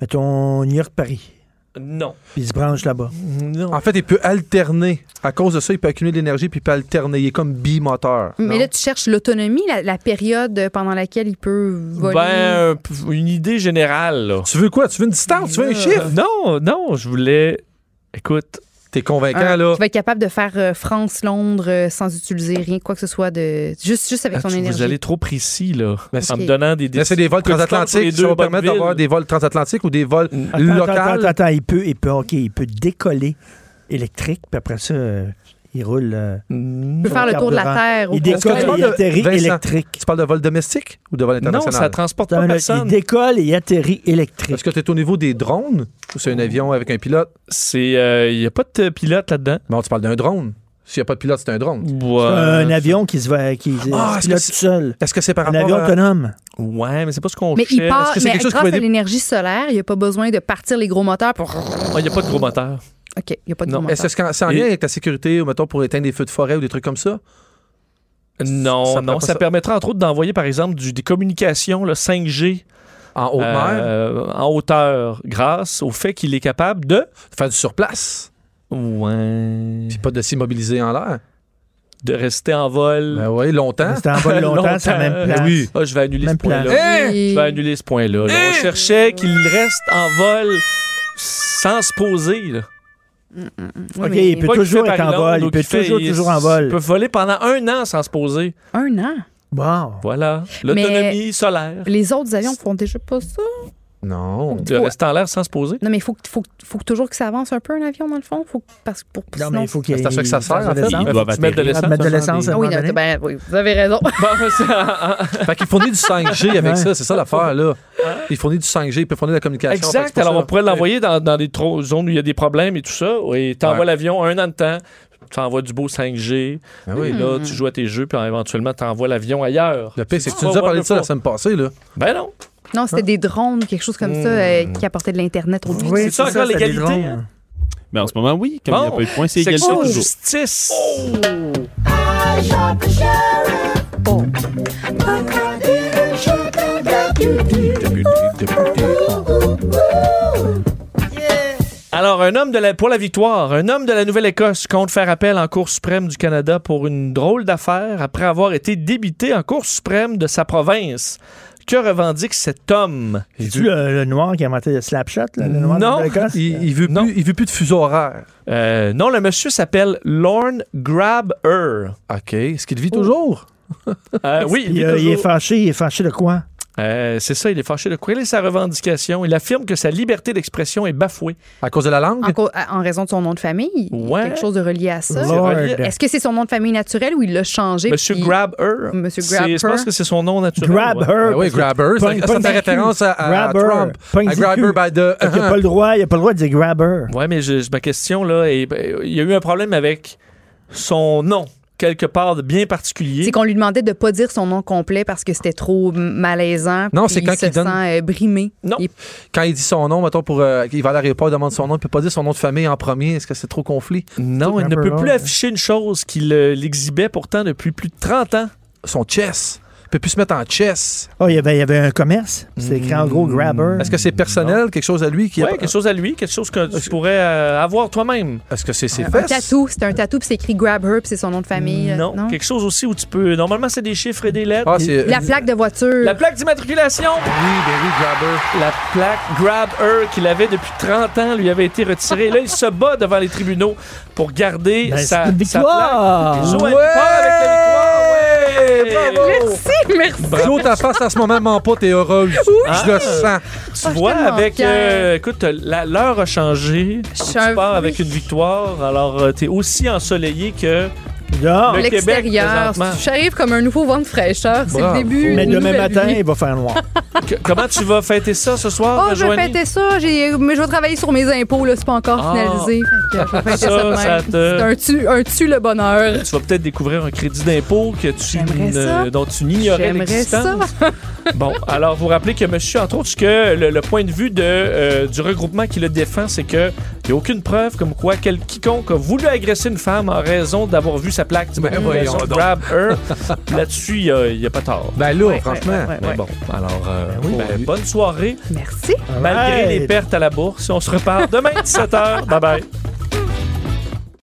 F: mettons, New York-Paris.
C: Non.
F: Il se branche là-bas.
C: Non.
E: Ah,
D: En fait, il peut alterner. À cause de ça, il peut accumuler de l'énergie puis il peut alterner. Il est comme bimoteur.
E: Mais
D: non?
E: là, tu cherches l'autonomie, la, la période pendant laquelle il peut voler.
C: Ben, un- une idée générale. là.
D: Tu veux quoi? Tu veux une distance? Ah, Tu veux un chiffre?
C: Non, non, je voulais. Écoute,
D: T'es
E: Un
D: convaincant, là.
E: qui va être capable de faire euh, France-Londres euh, sans utiliser rien, quoi que ce soit, de juste, juste avec
C: Ah,
E: son
C: tu-
E: énergie.
C: Vous allez trop précis, là.
D: Mais
C: en
E: c'est-
C: me donnant des
D: Mais Ben, c'est des vols
C: coups de distance sur les
D: transatlantiques.
C: deux
D: Ça va
C: bonnes
D: permettre d'avoir
C: villes.
D: des vols transatlantiques ou des vols
F: Attends,
D: locaux.
F: attends, attends, attends, il peut, il peut, ok, il peut décoller électrique, puis après ça, euh, il roule. euh,
E: peut
F: au
E: faire le tour de la
F: carburant.
E: Terre au
F: Il
E: complet.
F: décolle
E: Est-ce que tu
F: et
E: parles de-
F: atterrit
D: Vincent,
F: électrique.
D: Tu parles de vol domestique ou de vol international?
C: ça transporte pas
F: Attends, là,
C: personne.
F: Il décolle et il atterrit électrique.
D: Est-ce que tu es au niveau des drones ou c'est un
C: Oh.
D: avion avec un pilote?
C: C'est, il n'y a pas de euh, pilote là-dedans.
D: Bon, tu parles d'un drone. S'il n'y a pas de pilote, c'est un drone.
F: un avion qui se va qui se
D: Ah, est-ce
F: se
D: que
F: pilote
D: c'est-
F: tout seul.
D: Est-ce que c'est par
F: un
D: rapport
F: avion
D: à-
F: autonome?
C: Ouais, mais c'est pas ce qu'on
E: Mais
C: cherche.
E: il part,
C: Est-ce que c'est
E: mais
C: quelque chose qui
E: grâce
C: va
E: à
C: aider-
E: l'énergie solaire, il n'y a pas besoin de partir les gros moteurs pour.
C: Ah, Il n'y a pas de gros moteur.
E: OK, il n'y a pas de gros
D: Non. Est-ce
E: moteurs.
D: que c'est en- c'est en
C: Et-
D: lien avec la sécurité, ou mettons pour éteindre des feux de forêt ou des trucs comme ça?
C: Non,
D: Ça
C: non.
D: prend pas
C: Ça,
D: ça.
C: permettra, entre autres, d'envoyer, par exemple, du, des communications là, 5G.
D: En haute mer?
C: euh, en hauteur, grâce au fait qu'il est capable de.
D: Faire du surplace?
C: Ouais.
D: Puis pas de s'immobiliser en l'air?
C: De rester en vol.
D: Ben oui, longtemps.
F: C'était en vol longtemps, c'est la même place.
C: Ben oui. Ah, je vais annuler
F: Même
C: ce point-là.
F: place.
C: Je vais annuler ce point-là. là. On cherchait qu'il reste en vol sans se poser. là.
E: Oui,
F: OK,
E: mais-
F: il peut
C: Pas qu'il
F: toujours
C: fait
F: être en
C: Paris-Londres
F: vol.
C: ou
F: Il peut
C: qu'il fait-
F: toujours, toujours en vol.
C: Il peut voler pendant un an sans se poser.
E: Un an.
F: Wow.
C: Voilà.
E: Mais-
C: L'autonomie solaire.
E: Les autres avions font déjà pas ça.
D: Non.
C: De rester en l'air sans se poser.
E: Non, mais il faut, que- faut, faut toujours que ça avance un peu, un avion, dans le fond. Faut, que- parce, que pour,
F: Non,
E: sinon-
F: mais il faut qu'il
D: C'est à ça que ça sert, en fait. hein,
C: Ils
F: Il
C: doivent mettre de l'essence.
F: mettre de l'essence à
E: Ah
F: un
E: oui,
F: moment
E: non,
F: donné.
E: ben, oui, vous avez raison.
C: Bon, c'est-
D: Fait qu'il fournit du 5G avec
F: Ouais.
D: ça, c'est ça l'affaire, là. Il fournit du 5G, il peut fournir de la communication. Fait que c'est
C: exact.
D: pour
C: Alors,
D: ça.
C: on pourrait l'envoyer dans, dans des tro- zones où il y a des problèmes et tout ça. Et t'envoies
D: Ouais.
C: l'avion un an de temps. T'envoies du beau 5G.
D: Ben oui.
C: Et là, tu joues à tes jeux. Puis éventuellement, t'envoies l'avion ailleurs.
D: Le pire, c'est que tu
C: Ah,
D: nous as parlé de ça la
C: wonderful.
D: semaine passée, là.
C: Ben non.
E: Non, c'était des drones, quelque chose comme ça, euh, qui apportait de l'Internet au
F: Oui,
C: C'est ça, encore
F: c'est
C: l'égalité,
F: des drones.
C: hein?
I: Mais en ce moment, oui, comme il n'y a
C: Bon.
I: pas eu de point, c'est égalité
C: Section
I: toujours.
C: justice. Alors, un homme de la, pour la victoire, un homme de la Nouvelle-Écosse compte faire appel en Cour suprême du Canada pour une drôle d'affaire après avoir été débité en Cour suprême de sa province. Que revendique cet homme?
F: Tu euh, le, le noir qui a inventé le slapshot, là, le noir
C: Non.
F: de l'Écosse?
D: Il, il veut
C: Non.
D: plus, il veut plus de fuseau horaire.
C: Euh, non, le monsieur s'appelle Lorne Grabber.
D: OK. Est-ce qu'il vit toujours?
C: Euh, oui,
F: Il,
C: lui,
F: euh, il est
C: toujours.
F: fâché, il est fâché de quoi?
C: Euh, c'est ça, il est fâché de quoi? Quelle est sa revendication? Il affirme que sa liberté d'expression est bafouée.
D: À cause de la
F: Ah.
D: langue?
E: En, co- à- en raison de son nom de famille,
C: Ouais.
E: quelque chose de relié à ça.
C: Lord.
E: Est-ce que c'est son nom de famille naturel ou il l'a changé?
C: Monsieur
E: puis-
C: Grabber.
E: Monsieur
C: C'est-
E: Grabber.
C: Je pense que c'est son nom naturel.
F: Grab
C: ouais.
F: her.
D: Ben oui, grabber.
F: Pogne-
D: C'est
F: pogne
D: c'est ta
F: du
D: référence
F: cul.
D: à, à
F: Grab her.
D: Trump.
F: Pogne
D: À
F: du
D: grabber
F: cul.
D: by Uh-huh. the...
F: Fait qu'il a pas le droit, il a pas le droit de dire grabber.
C: Ouais, mais je- je- ma question, là, est- ben, il y a eu un problème avec son nom, quelque part de bien
E: C'est
C: particulier.
E: qu'on lui demandait de pas dire son nom complet parce que c'était trop m- malaisant.
D: Non,
E: puis
D: c'est quand
E: il se
D: qu'il donne-
E: sent euh, brimé.
C: Non.
E: Il-
D: Quand il dit son nom, mettons, pour, euh, il va à l'aéroport, il demande son nom, il peut pas dire son nom de famille en premier. Est-ce que c'est trop conflit?
C: Non, il ne
F: Grabber,
C: peut plus
F: ouais.
C: afficher une chose qu'il euh, l'exhibait pourtant depuis plus de 30 ans.
D: Son chess. Il peut plus se mettre en chess.
F: Oh, il y avait, il y avait un commerce. C'est écrit en gros grabber.
D: Hmm. Est-ce que c'est personnel, quelque chose à lui qui... a-
C: Ouais, quelque chose à lui, quelque chose que tu pourrais euh, avoir toi-même.
D: Est-ce que c'est ses
E: Un
D: fesses?
E: Ah, tatou, c'est un tatou, puis c'est écrit Grab Her, puis c'est son nom de famille. euh,
C: Non, quelque chose aussi où tu peux. Normalement, c'est des chiffres et des lettres.
D: Ah, c'est...
E: La plaque de voiture.
C: La plaque d'immatriculation,
D: Oui, ben oui, grabber.
C: la plaque Grab Her qu'il avait depuis 30 ans lui avait été retirée. Là, il se bat devant les tribunaux pour garder
F: Ben,
C: sa,
F: c'est une
C: sa
F: victoire!
C: plaque. Joe Henry part avec la victoire. Ouais!
E: Merci, merci.
D: Joe, ta face en ce moment, mon pote, t'es heureuse. Je le sens.
C: Tu
E: Ah, je suis
C: vois,
E: tellement
C: avec.
E: fière.
C: euh, écoute, la- l'heure a changé. Tu
E: un-
C: pars
E: oui.
C: avec une victoire. Alors, euh, t'es aussi ensoleillé que.
F: Non.
C: Le- Québec,
E: L'extérieur.
C: présentement.
E: J'arrive comme un nouveau vent de fraîcheur. C'est le
D: Bravo.
E: début.
F: Mais
E: d'une
F: demain
E: nouvelle
F: matin,
E: vie.
F: il va faire noir.
C: que- comment tu vas fêter ça ce soir,
E: Oh, je vais
C: Joanie?
E: fêter ça, j'ai- mais je vais travailler sur mes impôts, là, c'est pas encore
C: Ah.
E: finalisé. Fait que je vais fêter
C: Ça,
E: ça, de
C: ça
E: même.
C: te-
E: C'est un tu, un tu le bonheur.
C: Tu vas peut-être découvrir un crédit d'impôt que tu
E: J'aimerais ça.
C: dont tu n'ignorais
E: J'aimerais ça.
C: l'existence. Bon, alors vous rappelez que monsieur, entre autres, ce que le, le point de vue de, euh, du regroupement qui le défend, c'est que il n'y a aucune preuve comme quoi quel, quiconque a voulu agresser une femme en raison d'avoir vu sa plaque d'immatriculation
D: Ben voyons donc.
C: Grab Her. Là-dessus, il n'y a, il y a pas tort.
D: Ben là,
E: Ouais,
D: franchement.
E: ouais, ouais, ouais.
C: Mais bon, alors, euh,
D: oui.
C: ben, bonne soirée,
E: Merci.
C: malgré
F: Alright.
C: les pertes à la bourse. On se repart demain, 17h. Bye bye.